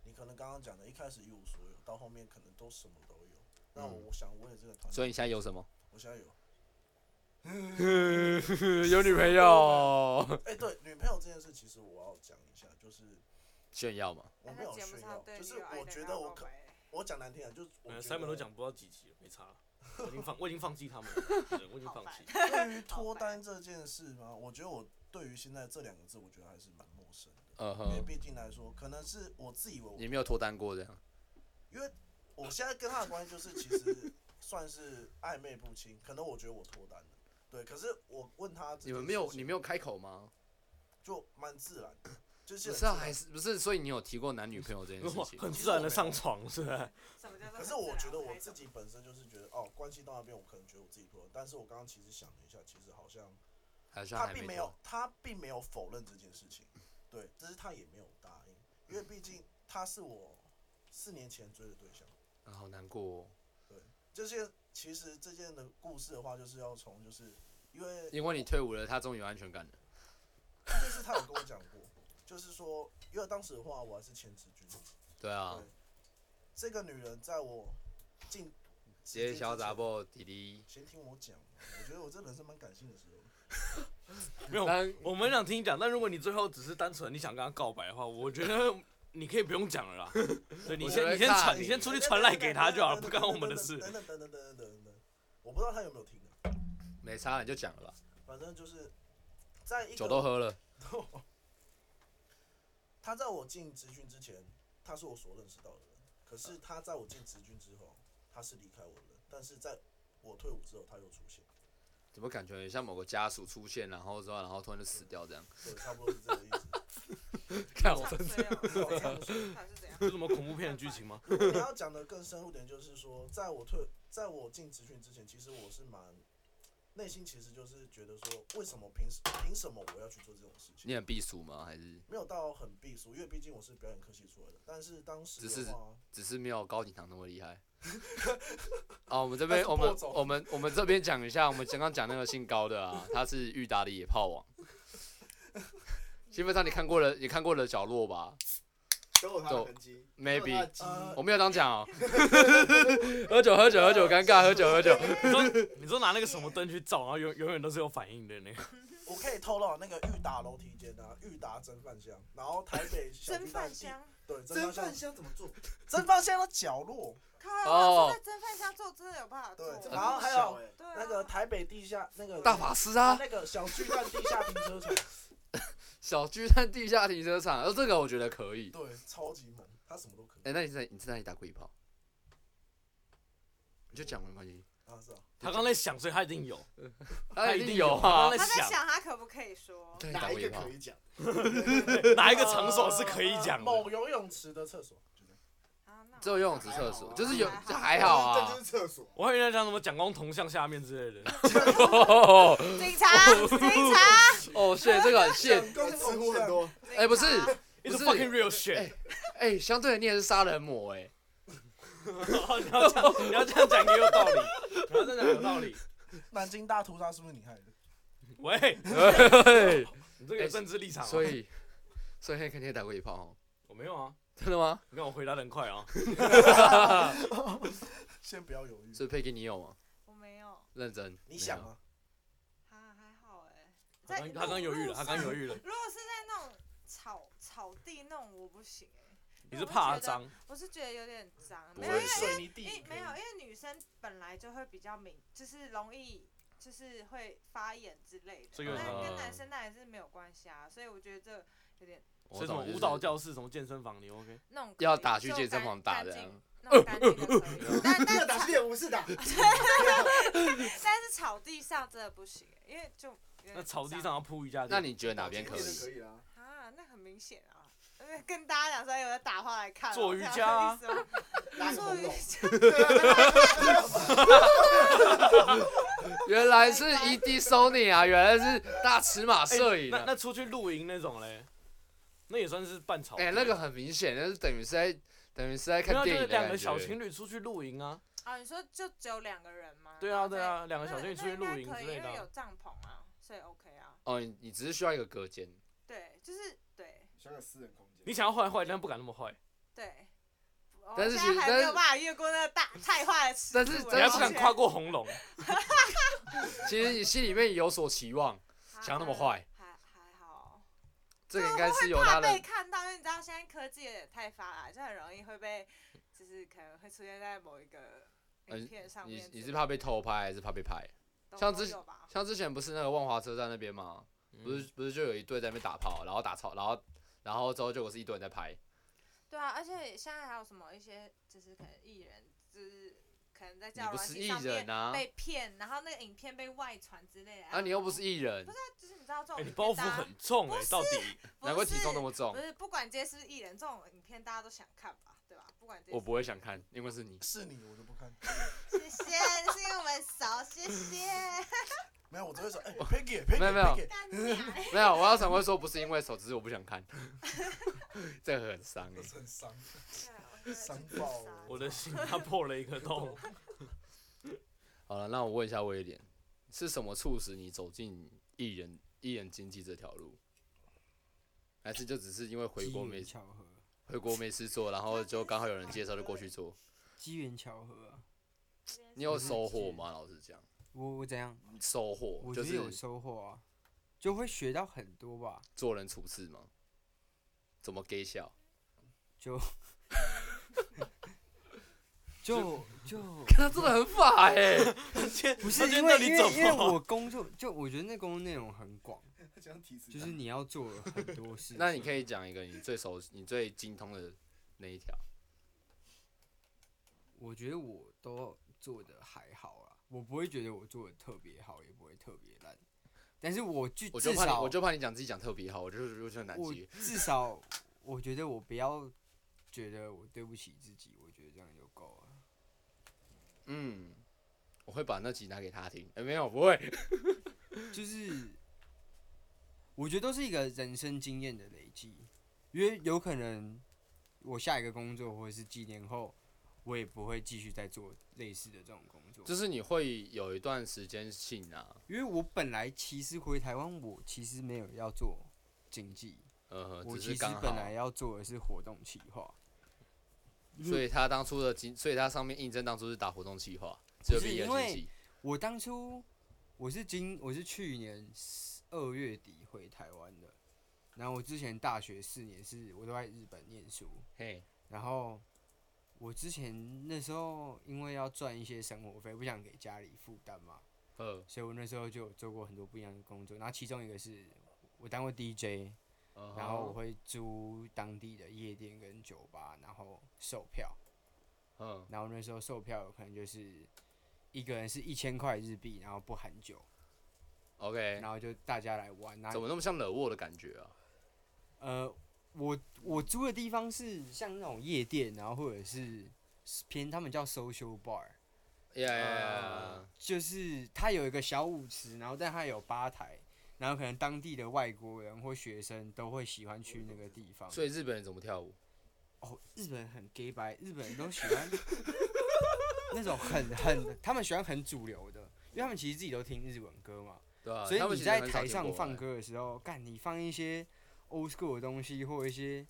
S5: 你可能刚刚讲的，一开始一无所有，到后面可能都什么都有。那
S1: 嗯
S5: 我想为了这个团
S1: 所以
S5: 队，
S1: 你现在有什么？
S5: 我现在有。
S1: 有女朋友
S5: 哎，对，女朋友这件事，其实我要讲一下，就是
S1: 炫耀嘛？
S5: 我没有
S4: 哎节目
S5: 炫
S4: 上
S5: 耀，
S4: 对
S5: 就是
S4: 女友爱
S5: 我
S4: 的
S5: 觉
S4: 告
S5: 得我
S4: 白
S5: 可，我讲难听点，就是我
S2: 呃
S5: 觉
S2: ，Simon 都
S5: 得
S2: 讲不到几集了，没 差了。我已经放，我已经放弃他 们了，对我已经
S4: 好
S2: 放
S4: 烦
S2: 弃。
S5: 对于
S4: 好
S5: 脱
S4: 烦
S5: 单这件事嘛，我觉得我对于现在这两个字，我觉得还是蛮陌生的。
S1: 嗯
S5: 因为
S1: 哼，
S5: 毕竟来说，可能是我自以为我
S1: 你没有脱单过这样？
S5: 因为我现在跟他的关系就是其 实算是暧昧不清，可能我觉得我脱单了，对。可是我问他这件事情，
S1: 你们没有，你没有开口吗？
S5: 就蛮自然 的，就是
S1: 不是
S5: 很
S1: 啊，
S5: 自然
S1: 还是不是？所以你有提过男女朋友这件事
S2: 哇
S1: 情？
S2: 很自然的上床，是不 是？
S4: 什么叫做
S5: 可
S4: 很自
S5: 是
S4: 然？
S5: 我觉得我
S4: 才
S5: 自
S4: 懂
S5: 己本身就是觉得哦，关系到那边，我可能觉得我自己脱单，但是我刚刚其实想了一下，其实好像
S1: 好像
S5: 他
S1: 还
S5: 并
S1: 没
S5: 没
S1: 有
S5: 有，他并没有否认这件事情，对，只是他也没有答应，因为毕竟他是我四年前追的对象。
S1: 啊，好难过、哦，
S5: 这些其实这件的故事的话，就是要从就是因为
S1: 因为你退伍了，他终于有安全感了。
S5: 就是他有跟我讲过，就是说，因为当时的话，我还是前职军，
S1: 对啊
S5: 对，这个女人在我进
S1: 直接小杂，波弟弟。
S5: 先听我讲，我觉得我这人生蛮感性的时候，
S2: 没有，
S1: 但
S2: 我们想听你讲，但如果你最后只是单纯你想跟他告白的话，我觉得你可以不用讲了 啦。对你
S1: 我
S2: 先，
S1: 觉得
S2: 你先
S1: 尬
S2: 传，
S1: 你
S2: 你先出去传赖给他就好了，不干我们的 事。
S5: 等等等等等等等等，我不知道他有没有听啊，
S1: 没差，你就讲了吧，
S5: 反正就是在一
S1: 酒都
S5: 个
S1: 喝了。
S5: 他在我进职军之前，他是我所认识到的人，可是
S2: 啊
S5: 他在我进职军之后，他是离开我的人，但是在我退伍之后，他又出现。
S1: 怎么感觉很像某个家属出现，然后之后，然后突然就死掉这样？
S5: 对，差不多是这个意 思。
S1: 看
S4: 唱衰哦 到底是怎样？
S2: 有什么恐怖片的剧情吗？
S5: 如果你要讲的更深入点，就是说，在我退，在我进职训之前，其实我是蛮内心其实就是觉得说，为什么凭什凭什么我要去做这种事
S1: 你
S5: 情？
S1: 很避暑吗？还是
S5: 没有到很避俗，因为毕竟我是表演科系出来的。但是当时
S1: 只是
S5: 的话，
S1: 只是没有高景堂那么厉 害。啊，我们这
S5: 但
S1: 边
S5: 是
S1: 我
S5: 播
S1: 们
S5: 种
S1: 我们我们这边讲一下，我们刚刚讲那个姓高的啊，他是裕达的野炮王。基本上你看过了，你看过了角落吧
S3: 都有他的痕迹都有他的
S1: ？Maybe
S3: 基
S5: 呃
S1: 我没有当讲哦。 喝酒喝酒喝酒，尴尬喝酒喝 酒。
S2: 你说，你说拿那个什么灯去照，然后永永远都是有反应的那个。
S5: 我可以透露啊那个裕达楼梯间啊，裕达蒸饭箱，然后台北小
S4: 蒸
S5: 巨蛋
S4: 饭
S5: 地
S4: 箱，
S5: 对蒸
S3: 蒸
S5: 饭
S3: 饭
S5: 箱，
S3: 箱怎么做？
S5: 蒸饭箱的角落，
S4: 靠！
S1: 哦
S4: 我说在蒸饭箱做真的有办法做
S5: 对
S4: 吗？
S5: 然后还有
S3: 欸
S4: 对啊
S5: 那个台北地下那个
S1: 大法师啊，
S5: 那个小巨蛋地下停车场，
S1: 小巨蛋地下停车场，呃，这个我觉得可以。
S5: 对，超级猛，他什么都可以
S1: 哎、那你在你在哪里打过野炮？你就讲没关系，
S5: 啊，是啊。
S2: 他刚在想，所以他一定有，
S1: 他一
S2: 一定
S1: 定
S2: 有
S1: 有
S2: 他
S1: 啊
S2: 在。
S4: 他在
S2: 想
S4: 想他可不可以说？
S1: 对，打
S3: 哪
S1: 过
S3: 一
S1: 野
S3: 个
S1: 炮
S3: 可。以讲？
S2: 哪一个场所是可以讲的？
S5: 呃某游泳池的厕所，就这样
S4: 啊，那我
S1: 只有游泳池厕
S3: 还
S1: 所，
S3: 好啊
S1: 就是有这还
S3: 还
S1: 好
S3: 这
S1: 啊
S3: 就。是厕所。
S2: 我还以为在讲什么蒋公铜像下面之类的。
S4: 警 察，警察，
S1: 哦，谢这个很谢。
S3: 刚直呼很多，
S1: 哎、不是，
S2: It's
S1: 不是
S2: fucking real shit。
S1: 哎、相对的你也是杀人魔哎、
S2: 哦你要这样，你要这样讲也有道 理，你要这样讲有道理。
S5: 南京大屠杀是不是你害的？
S2: 喂，
S1: 嘿
S2: 你这个有政治立场、啊
S1: 所以，所以黑肯定也打过一炮哦。
S2: 我没有啊，
S1: 真的吗？
S2: 你看我回答的很快啊。
S5: 先不要犹豫。
S1: 所以 Peggy 你有吗？
S4: 我没有，
S1: 认真，
S5: 你想吗？
S4: 啊还好哎、
S2: 他
S4: 在
S2: 刚他刚犹豫了，他刚犹豫了，
S4: 如果是在那种草草地那种，我不行哎、
S2: 你是怕它脏？
S4: 我是觉得有点脏，
S1: 不
S4: 没
S1: 会
S4: 有，因为因为
S2: 水泥地
S4: 哎因没有，因为女生本来就会比较敏，就是容易就是会发炎之类的，
S2: 这
S1: 个
S4: 但
S1: 嗯
S4: 跟男生当然是没有关系啊，所以我觉得这有点
S2: 是
S1: 我
S2: 什
S1: 懂
S2: 么
S1: 就是
S2: 舞蹈教室、什么健身房？你 OK？
S4: 那种可以
S1: 要打去健身房打的
S4: 就
S1: 啊
S4: 干就干净那种干净的
S3: 没
S4: 可以但
S3: 有
S4: 但
S3: 打是也无视打，
S4: 但是草地上真的不行欸，因为就有点
S2: 那草地
S4: 脏
S2: 上要铺一下这
S1: 那
S2: 样，
S1: 你觉得哪边可
S3: 可
S1: 以？
S3: 可以啦。
S4: 啊，那很明显啊。呃跟大家讲说，有人打话来看哦，
S2: 做
S4: 这样
S2: 瑜伽啊
S4: 的意思吗
S3: 拉个
S4: 做
S3: 红
S4: 瑜
S3: 龙，
S4: 伽，
S1: 原来是 ED Sony 啊，原来是大尺码
S2: 哎
S1: 摄影
S2: 那
S1: 啊。
S2: 那出去露营那种嘞，那也算是半草地。
S1: 哎，那个很明显，那是等于是在等于是在
S2: 没有啊
S1: 看
S2: 就
S1: 电
S2: 是
S1: 影的
S2: 两
S1: 感
S2: 个小
S1: 觉。
S2: 情侣出去露营啊。
S4: 啊，你说就只有两个人吗？
S2: 对
S4: 然
S2: 啊
S4: 后
S2: 对
S4: 再
S2: 啊，两个小情
S4: 那
S2: 侣出去露
S4: 那
S2: 营
S4: 应该可
S2: 之
S4: 以
S2: 类
S4: 因
S2: 的
S4: 为有
S2: 啊。
S4: 帐篷啊，所以 OK 啊。
S1: 哦，你你只是需要一个隔间。
S4: 对，就是对
S3: 想想私人空间。
S2: 你想要坏坏，但不敢那么坏，
S4: 对。我
S1: 但是
S4: 现
S1: 其实
S4: 在还没
S1: 但
S4: 有
S1: 是
S4: 办法越过那个 大太坏的尺度
S1: 但
S4: 了，
S1: 是
S4: 我
S1: 但是
S2: 你还
S4: 完
S2: 不敢
S4: 全
S2: 跨过红龙。
S1: 其实你心里面有所期望，想那么坏，
S4: 还还好，
S1: 这个应该是有
S4: 怕
S1: 他的
S4: 被看到，因为你知道现在科技也太发达，就很容易会被，就是可能会出现在某一个
S1: 呃
S4: 影片上面
S1: 你
S4: 之类的。
S1: 你是怕被偷拍还是怕被拍？
S4: 都
S1: 像
S4: 都
S1: 之
S4: 有吧？
S1: 像之前不是那个万华车站那边吗？不是不是就有一队在那边打炮，然后打超，然后然后之后结果是一堆人在拍，
S4: 对啊，而且现在还有什么一些就是可能艺人，就是可能在
S1: 你
S4: 交友
S1: 不
S4: 软
S1: 是
S4: 件
S1: 艺
S4: 上面
S1: 人啊，
S4: 被骗，然后那个影片被外传之类的。
S1: 啊你又不是艺人，
S4: 就是你知道这种
S2: 哎，
S4: 影
S2: 你
S4: 片
S2: 包袱
S4: 大家
S2: 很重哎，到底
S4: 不啊
S1: 难怪体
S4: 是
S1: 重那么重
S4: 不，是，不管今天是不是艺人，这种影片大家都想看吧，对吧？不管今天
S1: 我
S4: 是
S1: 不会想看，因为是你。
S5: 是你，我就不看。
S4: 谢谢，是因为我们熟，谢 谢。
S5: 没有，我只会说，哎，Peggy，Peggy，Peggy，
S1: 没有没有
S5: Peggy
S4: 干啊娘
S1: 没啊有，我要常会说不是因为手，只是我不想看， 这个很伤哎、
S5: 这是很伤。
S4: 对我觉得
S5: 伤
S4: 这个
S5: 爆
S4: 是
S5: 了
S4: 啥
S2: 我的心它破了一个 洞。
S1: 好了，那我问一下威廉，是什么促使你走进艺人艺人经济这条路？还是就只是因为回
S6: 机
S1: 国
S6: 缘
S1: 没
S6: 巧合，
S1: 回国没事做，然后就刚好有人介绍就过去做？
S6: 机缘巧合啊！
S1: 你有
S6: 嗯
S1: 收获吗？老实讲，
S6: 我我怎样？
S1: 收获
S6: 我
S1: 就
S6: 觉得
S1: 是
S6: 有收获啊，就会学到很多吧。
S1: 做人处事吗？怎么给 笑？
S6: 就 就
S1: 他真的很法哎、
S6: 不
S2: 他
S6: 是
S2: 觉得
S6: 因
S2: 那
S6: 为
S2: 里
S6: 因
S2: 怎
S6: 为因为
S2: 么
S6: 我工作，就我觉得那工作内容很广，
S5: 这样提示
S6: 就是你要做的很多事 情。
S1: 那你可以讲一个你最熟、你最精通的那一条。
S6: 我觉得我都做的还好啦，我不会觉得我做的特别好，也不会特别烂。但是我就
S1: 我
S6: 至
S1: 就怕你，
S6: 少
S1: 我就怕你讲自己讲特别好，我就是我就很难
S6: 我
S1: 接。
S6: 至少我觉得我不要觉得我对不起自己，我觉得这样就够了。
S1: 嗯，我会把那集拿给他听。哎、没有，不会。
S6: 就是我觉得都是一个人生经验的累积，因为有可能我下一个工作或者是几年后，我也不会继续再做类似的这种工作，
S1: 就是你会有一段时间性啊，
S6: 因为我本来其实回台湾，我其实没有要做经济，
S1: 呃，
S6: 我
S1: 只
S6: 其
S1: 是
S6: 实
S1: 刚
S6: 本
S1: 好。
S6: 来要做的是活动企划，
S1: 所以他当初的经，所以他上面应征当初是打活动计划，只有
S6: 不是
S1: 毕业
S6: 因为
S1: 经济。
S6: 我当初我是今我是去年二月底回台湾的，然后我之前大学四年是我都在日本念书，
S1: 嘿，
S6: 然后我之前那时候因为要赚一些生活费，不想给家里负担嘛，
S1: 呃
S6: 所以我那时候就有做过很多不一样的工作，然后其中一个是我当过 DJ，
S1: 呃，
S6: 然后我会租当地的夜店跟酒吧，然后售票，
S1: 嗯，
S6: 然后那时候售票有可能就是一个人是一千块日币，然后不含酒，
S1: ，OK，
S6: 然后就大家来玩，然
S1: 哎怎
S6: 后
S1: 么那么像惹沃的感觉啊？
S6: 呃，我我租的地方是像那种夜店，然后或者是偏他们叫 social bar。
S1: 呀呀
S6: 呃
S1: 呀！
S6: 就是它有一个小舞池，然后但它有吧台，然后可能当地的外国人或学生都会喜欢去那个地方。
S1: 所以日本人怎么跳舞？
S6: 哦，日本人很 gay 白，日本人都喜欢那种很很，他们喜欢很主流的，因为他们其实自己都听日文歌嘛，
S1: 对啊，
S6: 所以
S1: 他们
S6: 你
S1: 其实
S6: 在
S1: 很少
S6: 台
S1: 听
S6: 上
S1: 国
S6: 放
S1: 外，
S6: 歌的时候，干你放一些 old school 的东西或一些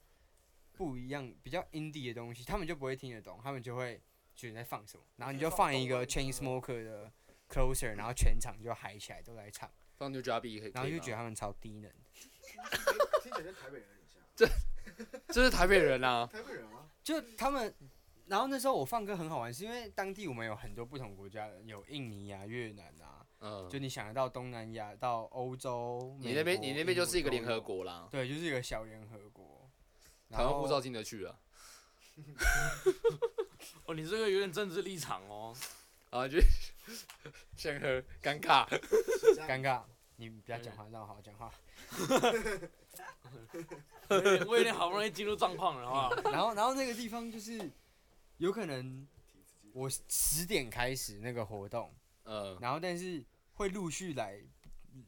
S6: 不一样、比较 indie 的东西，他们就不会听得懂，他们就会觉得你在放什么，然后你就放一个 Chain Smoker 的 Closer，然后全场就嗨起来，都来唱，
S1: 放 New Job 也可以，
S6: 然
S1: 可
S6: 后
S1: 以
S6: 就
S1: 吗
S6: 觉得他们超低能。
S3: 听起来跟台北人有点像，啊
S1: 这是台北人啊，
S3: 台北人啊，
S6: 就他们，然后那时候我放歌很好玩，是因为当地我们有很多不同国家的人，有印尼啊、越南啊，
S1: 嗯，
S6: 就你想得到东南亚到欧洲，
S1: 你那边
S6: 美国
S1: 你那边就是一个联合，
S6: 英
S1: 国啦
S6: 国，都有对，就是一个小联合国。
S1: 台湾护照
S6: 然后
S1: 进得去啊，
S2: 哦，你这个有点政治立场 哦。
S1: 啊就先喝，尴尬，
S3: 是这样
S6: 尴尬，你不要讲话，让我好好讲话。
S2: 我有点我有点好不容易进入状况了，好不好？
S6: 然后然后那个地方就是有可能
S3: 挺刺激的。
S6: 我十点开始那个活动，
S1: 嗯，
S6: 然后但是会陆续来，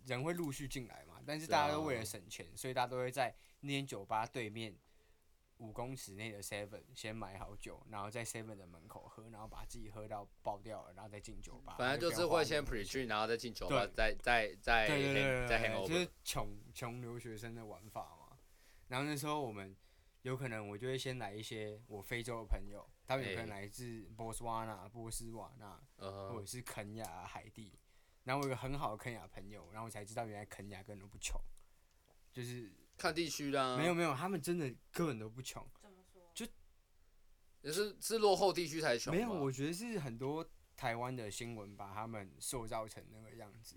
S6: 人会陆续进来嘛。但是大家都为了省钱，
S1: 啊
S6: 所以大家都会在那间酒吧对面五公尺内的 Seven 先买好酒，然后在 Seven 的门口喝，然后把自己喝到爆掉了，然后再进酒吧。
S1: 反正就
S6: 就
S1: 是
S6: 不要花
S1: 会先
S6: 那么多
S1: pre
S6: 钱
S1: drink，然后再进酒吧，
S6: 对
S1: 再再再
S6: 对对对
S1: hang-
S6: 对
S1: 再
S6: 对，就是
S1: hangover，
S6: 穷穷留学生的玩法嘛。然后那时候我们有可能我就会先来一些我非洲的朋友，他们有可能来自波斯瓦纳、波斯瓦纳，或
S1: 哎嗯
S6: 者是肯亚、海地。然后我有个很好的肯亚朋友，然后我才知道原来肯亚根本都不穷，就是
S1: 看地区啦，
S6: 没有没有，他们真的根本都不穷。
S4: 怎嗯么说？
S1: 也是是落后地区才穷吧，
S6: 没有，我觉得是很多台湾的新闻把他们塑造成那个样子。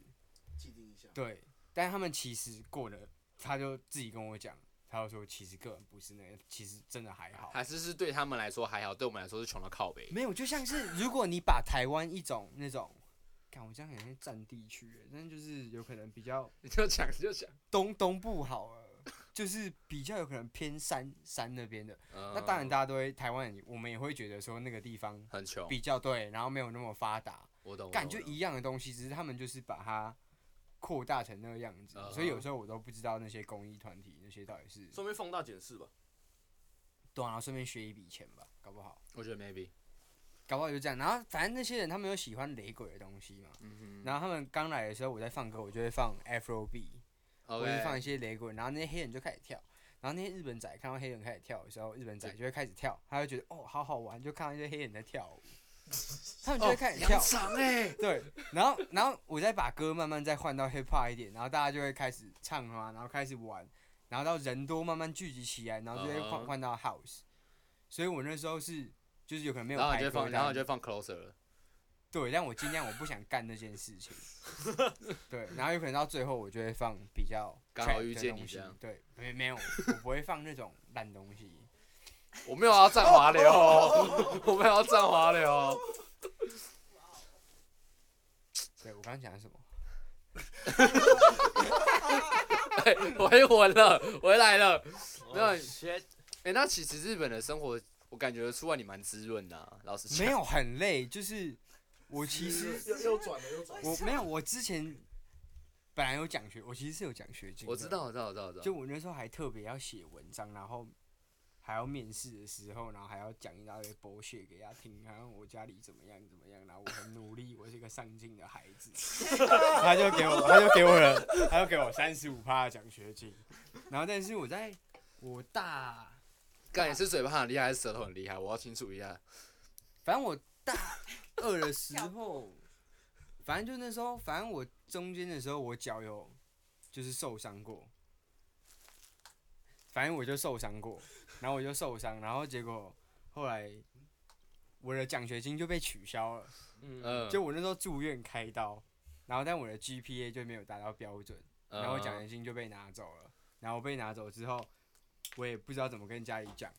S3: 既定一下，
S6: 对，但他们其实过得，他就自己跟我讲，他就说其实个人不是那样，其实真的还好。
S1: 还是是对他们来说还好，对我们来说是穷到靠北，
S6: 没有，就像是如果你把台湾一种那种，看我这样很像占地区耶，但就是有可能比较
S1: 你就讲你就讲，
S6: 东东部好了，就是比较有可能偏山山那边的，那
S1: 那
S6: 当然大家都会台湾人，我们也会觉得说那个地方
S1: 嗯很穷，
S6: 比较对，然后没有那么发达，
S1: 我懂，我
S6: 感
S1: 懂
S6: 觉
S1: 我懂
S6: 一样的东西，只是他们就是把它扩大成那个样子，所以有
S1: 嗯
S6: 时候我都不知道那些公益团体那些到底是
S1: 呃
S2: 顺便放大检视吧。
S6: 对啊，然后顺便学一笔钱吧，搞不好，
S1: 我觉得 maybe，
S6: 搞不好就这样。然后反正那些人他们有喜欢雷鬼的东西嘛，
S1: 嗯
S6: 然后他们刚来的时候，我在放歌，我就会放 Afro B，
S1: 哼
S6: 我就放
S1: ，OK，
S6: 一些雷鬼，然后那些黑人就开始跳。然后那些日本仔看到黑人开始跳的时候，日本仔就会开始跳，他会觉得哦好好玩，就看到一些黑人在 跳舞，他们就会开始跳
S1: 扬。长哦哎，
S6: 对，然后然后我再把歌慢慢再换到 hip hop 一点，然后大家就会开始唱啊，然后开始玩，然后到人多慢慢聚集起来，然后就会
S1: 嗯
S6: 换
S1: 哼
S6: 换到 house。所以我那时候是就是有可能没有
S1: 然后
S6: 排
S1: 你
S6: 歌
S1: 就
S6: 单，
S1: 放，然后你就放 closer 了，
S6: 对，但我尽量我不想干那件事情。对，然后有可能到最后我就会放比较
S1: 刚好
S6: trap 的
S1: 遇见
S6: 东
S1: 你
S6: 西
S1: 这样
S6: 对，没没有，我不会放那种烂东西。
S1: 我没有要站华流， 我没有要站华 流，
S6: 对我刚刚讲的什么？
S1: 哎回魂了，回来了。那
S2: Oh, shit
S1: 哎、那其实日本的生活，我感觉出来你蛮滋润的啊、老实讲。
S6: 没有很累，就是我其实
S5: 又又转了又转了，
S6: 我没有，我之前本来有奖学，我其实是有奖学金。
S1: 我知，道，我知道，我知道，我知道。
S6: 就我那时候还特别要写文章，然后还要面试的时候，然后还要讲一大堆博学给他听，然后我家里怎么样怎么样，然后我很努力，我是一个上进的孩子， 他就给我，他就给我了，他就给我三十五趴的奖学金，然后但是我在我大，
S1: 干你是嘴巴很厉害，还是舌头很厉害？我要清楚一下。
S6: 反正我大二的时候，反正就那时候，反正我中间的时候，我脚有就是受伤过，反正我就受伤过，然后我就受伤，然后结果后来我的奖学金就被取消了，
S2: 嗯，
S1: 嗯，
S6: 就我那时候住院开刀，然后但我的 GPA 就没有达到标准，然后我奖学
S1: 嗯
S6: 金就被拿走了，然后我被拿走之后，我也不知道怎么跟家里讲，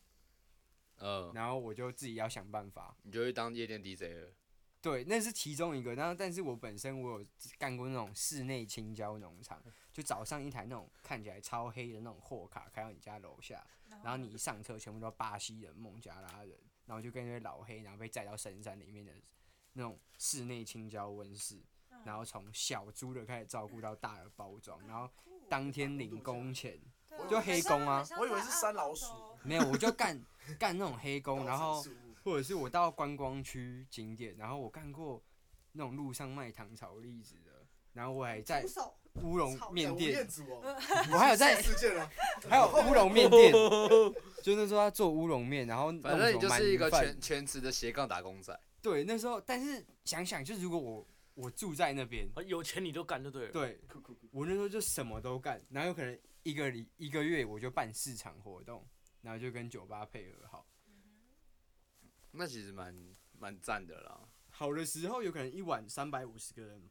S1: 嗯，
S6: 然后我就自己要想办法。
S1: 你就会当夜店 DJ 了。
S6: 对，那是其中一个。然后，但是我本身我有干过那种室内青椒农场，就早上一台那种看起来超黑的那种货卡开到你家楼下，
S4: 哦
S6: 然后你一上车，全部都巴西人、孟加拉人，然后就跟那些老黑，然后被载到深山里面的那种室内青椒温室，
S4: 嗯
S6: 然后从小猪的开始照顾到大的包装，然后当天领工钱，
S4: 对啊
S6: 就黑工啊
S4: 很像
S5: 我以为
S4: 很像
S5: 是
S4: 在
S5: 山
S4: 澳
S5: 老
S4: 洲
S5: 鼠
S6: 没有我就干，干那种 黑工，然后
S3: 高山素物
S6: 或者是我到观光区景点，然后我干过那种路上卖糖炒栗子的，然后我还在
S4: 徒手
S6: 乌龙
S4: 炒
S6: 面
S3: 哎吴
S6: 店
S3: 彦，祖哦，
S6: 我还有在
S3: 事件了，
S6: 还有乌龙面店，就那时候他做乌龙面，然后
S1: 反正你
S6: 弄
S1: 就
S6: 什么
S1: 是一个
S6: 鳗鱼饭
S1: 全全职的斜杠打工仔。
S6: 对那时候，但是想想就如果我我住在那边，
S2: 啊有钱你就干就对了。
S6: 对
S3: 酷酷酷，
S6: 我那时候就什么都干，然后有可能一个礼一个月我就办市场活动，然后就跟酒吧配合好。
S4: 嗯
S1: 那其实蛮蛮赞的啦。
S6: 好的时候有可能一晚三百五十个人，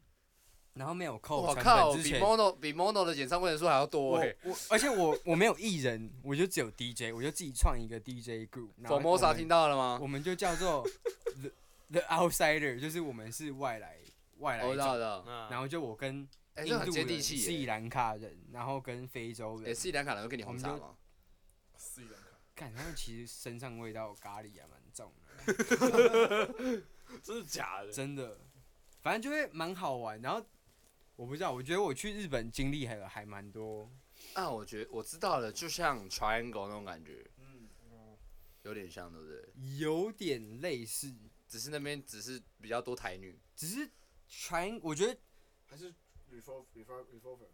S6: 然后没有扣
S1: 我
S6: 哦成
S1: 靠，
S6: 本之
S1: 比
S6: 前，哦
S1: Mono 比 Mono 的演唱会人数还要多
S6: 我
S1: 哎。
S6: 我而且我我没有艺人，我就只有 DJ，我就自己创一个 DJ group。
S1: Formosa 听
S6: 到，
S1: 到了吗？
S6: 我们就叫做 the the outsider，就是我们是外来外来
S1: 我知道
S6: 种。
S1: 的，
S2: 嗯，
S6: 然后就我跟
S1: 哎，
S6: 印
S1: 这很
S6: 度
S1: 接地
S6: 人、斯
S1: 气
S6: 里
S1: 耶。
S6: 兰卡人，然后跟非洲
S1: 哎，
S6: 人，
S1: 斯里兰卡人会跟你红茶吗？
S5: 斯里兰卡，
S6: 看他们其实身上味道咖喱还蛮重的。
S2: 真的假的？
S6: 真的，反正就会蛮好玩。然后我不知道，我觉得我去日本经历还还蛮多。
S1: 啊，我觉得我知道了，就像 Triangle 那种感觉，
S3: 嗯，
S1: 有点像，对不对？
S6: 有点类似，
S1: 只是那边只是比较多台女。
S6: 只是 try，我觉得
S3: 还是 revolver revolver revolver，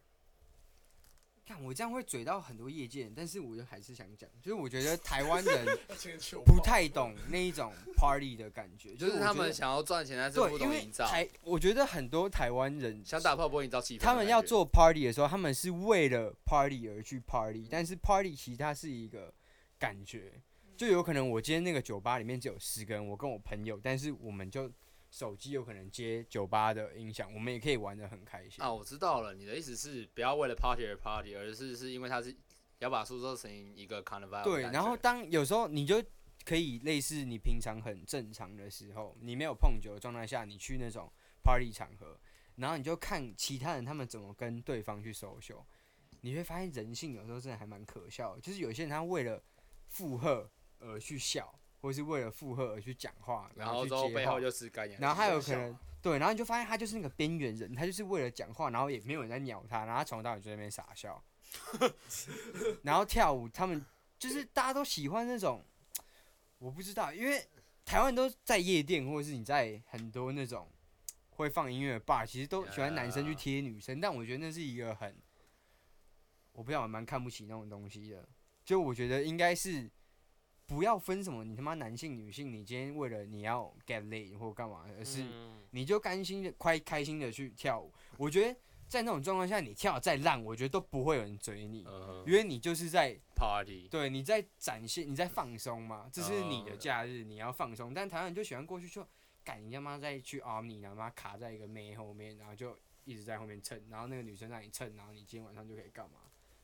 S6: 看我这样会嘴到很多业界人，但是我就还是想讲，就是我觉得台 湾人
S5: 今天糗
S6: 不太懂那一种 party 的感觉，
S1: 就是是
S6: 我
S1: 他
S6: 觉得
S1: 们想要赚钱，但是不
S6: 对，因
S1: 懂
S6: 为
S1: 营造，
S6: 台我觉得很多台湾人
S1: 想打炮不会营造气氛的感觉。
S6: 他们要做 party 的时候，他们是为了 party 而去 party，但是 party 其实它是一个感觉，就有可能我今天那个酒吧里面只有十个人，我跟我朋友，但是我们就手机有可能接酒吧的音响，我们也可以玩得很开心。
S1: 啊，我知道了，你的意思是不要为了 party 而 party，而是是因为它是要把塑造成一个 carnival 的
S6: 对，
S1: 感
S6: 然后
S1: 觉
S6: 当有时候你就可以类似你平常很正常的时候，你没有碰酒的状态下，你去那种 party 场合，然后你就看其他人他们怎么跟对方去 social，你会发现人性有时候真的还蛮可笑的，就是有些人他为了附和而去笑，或是为了附和而去讲话，
S1: 然后
S6: 去
S1: 之后
S6: 接
S1: 背
S6: 话
S1: 后就是干眼，
S6: 然后他
S1: 还
S6: 有可能对，然后你就发现他就是那个边缘人，他就是为了讲话，然后也没有人在鸟他，然后他从头到尾就在那边傻笑，然后跳舞，他们就是大家都喜欢那种，我不知道，因为台湾都在夜店或者是你在很多那种会放音乐的 bar，其实都喜欢男生去
S1: Yeah
S6: 贴女生，但我觉得那是一个很，我不知道，我蛮看不起那种东西的，就我觉得应该是。不要分什么你他妈男性女性，你今天为了你要 get laid 或干嘛，而是
S2: 嗯
S6: 你就甘心的快开心的去跳舞。我觉得在那种状况下，你跳得再烂，我觉得都不会有人追你，
S1: 嗯
S6: 因为你就是在
S1: party，
S6: 对你在展现你在放松嘛，这是你的
S1: 哦
S6: 假日，你要放松。但台湾人就喜欢过去就，赶你他妈再去 Omni，然后他妈卡在一个妹后面，然后就一直在后面蹭，然后那个女生让你蹭，然后你今天晚上就可以干嘛？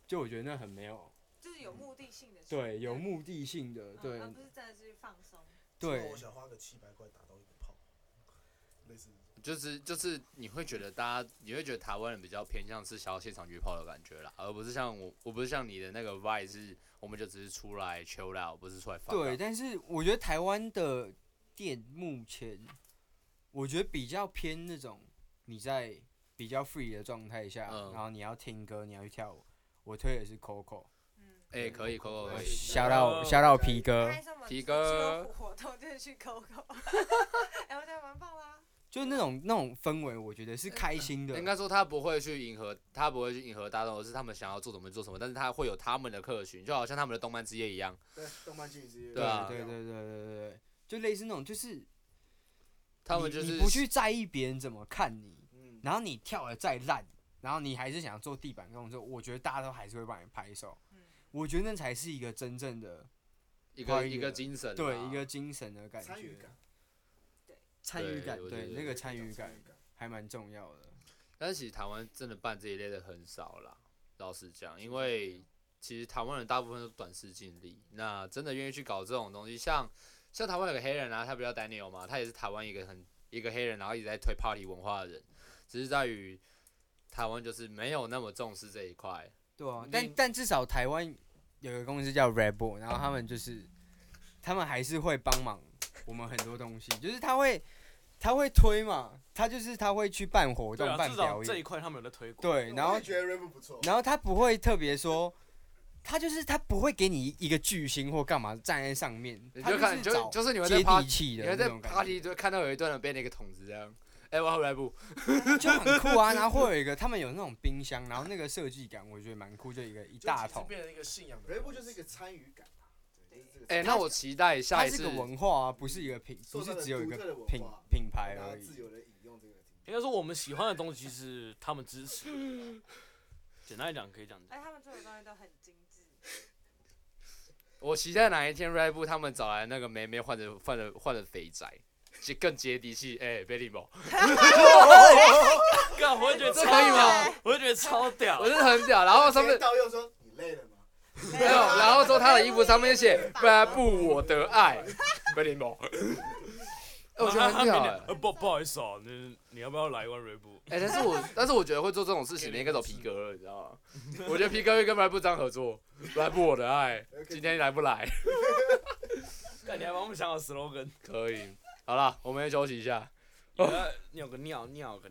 S6: 就我觉得那很没有
S4: 就是有目的性的去，
S6: 对有目的性的
S4: 嗯
S6: 对
S4: 而不是真的去放松。
S6: 对
S5: 我想花个七百块打到一个炮，类似
S1: 就是就是你会觉得大家，你会觉得台湾人比较偏向是想要现场约炮的感觉啦，而不是像我，我不是像你的那个 vibe 是，我们就只是出来 chill out，不是出来放
S6: 对，
S1: 浪。
S6: 但是我觉得台湾的店目前，我觉得比较偏那种你在比较 free 的状态下，
S1: 嗯
S6: 然后你要听歌，你要去跳舞。我推的是 Coco，
S4: 嗯，
S1: 哎，可以，可以，可以。
S6: 吓到吓到皮哥，
S4: 开什么
S1: 皮
S4: 俱
S1: 哥
S4: 乐部活动就是去 Coco，哎，我觉得蛮棒啦。
S6: 就是那种那种氛围，我觉得是开心的
S1: 应。该说他不会去迎合，他不会去迎合大众，而是他们想要做什么就做什么，但是他会有他们的客群，就好像他们的动漫之夜一样，
S3: 对，动漫经理之
S6: 对
S1: 对啊
S6: 对对对对对对，就类似那种，就是
S1: 他们
S6: 你
S1: 就
S6: 你
S1: 是
S6: 不去在意别人怎么看你，
S3: 嗯，
S6: 然后你跳的再烂，然后你还是想做地板动作，我觉得大家都还是会帮你拍手。
S4: 嗯
S6: 我觉得那才是一个真正的
S1: 一
S6: 跨
S1: 个
S6: 越
S1: 一个精神啊，
S6: 对一个精神的感觉，
S3: 参与感，
S6: 参与
S1: 对
S6: 感，对
S1: 我觉得
S6: 那个
S3: 有
S6: 参
S3: 一种
S6: 与
S3: 参
S6: 感还蛮重要的。
S1: 但是其实台湾真的办这一类的很少啦，老实讲，因为其实台湾人大部分都短视近利，那真的愿意去搞这种东西，像像台湾有个黑人啊，他不叫 Daniel 嘛，他也是台湾一个很一个黑人，然后一直在推 party 文化的人，只是在于台湾就是没有那么重视这一块。
S6: 对啊
S1: 你，
S6: 但但至少台湾有个公司叫 Red Bull，然后他们就是他们还是会帮忙我们很多东西，就是他会他会推嘛，他就是他会去办活
S2: 对
S6: 动、
S2: 啊，
S6: 办
S2: 至少
S6: 表
S2: 这一
S6: 演，
S2: 块他们有在推广。
S6: 对，然
S3: 我
S6: 后
S3: 也觉得 Raven 不错，
S6: 然后他不会特别说他就是他不会给你一个巨星或干嘛站在上面，
S1: 你
S6: 他
S1: 就看
S6: 是
S1: 就
S6: 找
S1: 就是你们在
S6: 接
S1: 趴
S6: 地，气
S1: 你
S6: 的
S1: 们
S6: 那
S1: 在
S6: 种感觉
S1: party 就看到有一段人被那个筒子这样，哎，我要回来不？
S6: 就很酷啊。然后会有一个他们有那种冰箱，然后那个设计感我觉得蛮酷，就一个一
S5: 就
S6: 大
S5: 其实
S6: 桶，
S5: 变成一个信仰的东
S3: Red
S5: 西。
S3: Bull 就是一个参与感啊。对就是这个参
S1: 哎，
S3: 与
S1: 那我期待
S6: 它
S1: 下一
S6: 是
S1: 次
S6: 个文化啊，不是一个品，不
S3: 塑
S6: 是
S3: 造了
S6: 只有一
S3: 独
S6: 个
S3: 特的文
S6: 品
S3: 化
S6: 品牌
S3: 让大
S6: 而
S3: 家自
S6: 已。
S3: 由的引用这个题目。
S2: 应该说我们喜欢的东西是他们支 持的。简单来讲，可以这样讲。
S4: 哎，他们做的东西都很精致。
S1: 我期待哪一天 Red Bull 他们找来那个梅梅换成换成换成肥宅，接更接地气。哎 b e l l y Mo，
S2: 干，我会觉得
S1: 这
S2: 超
S1: 可以吗
S2: 屌？我会觉得超屌
S1: 我。真的很屌。然后上面
S3: 直接盗用说你累了吗？
S1: 没有，然后说他的衣服上面写 Red Bull 我的爱 b e l l y Mo。哎，我觉得很屌哎。
S2: 呃，不不好意思哦，你你要不要来一碗 r e b u
S1: 哎、但是我但是我觉得会做这种事情的应该找皮革了，你知道吗？我觉得皮革会跟莱布张合作，莱布我的爱，今天来不来？
S2: 干，你还帮我们想好 slogan？
S1: 可以，好了，我们先休息一下。
S2: 你要尿个尿，尿个。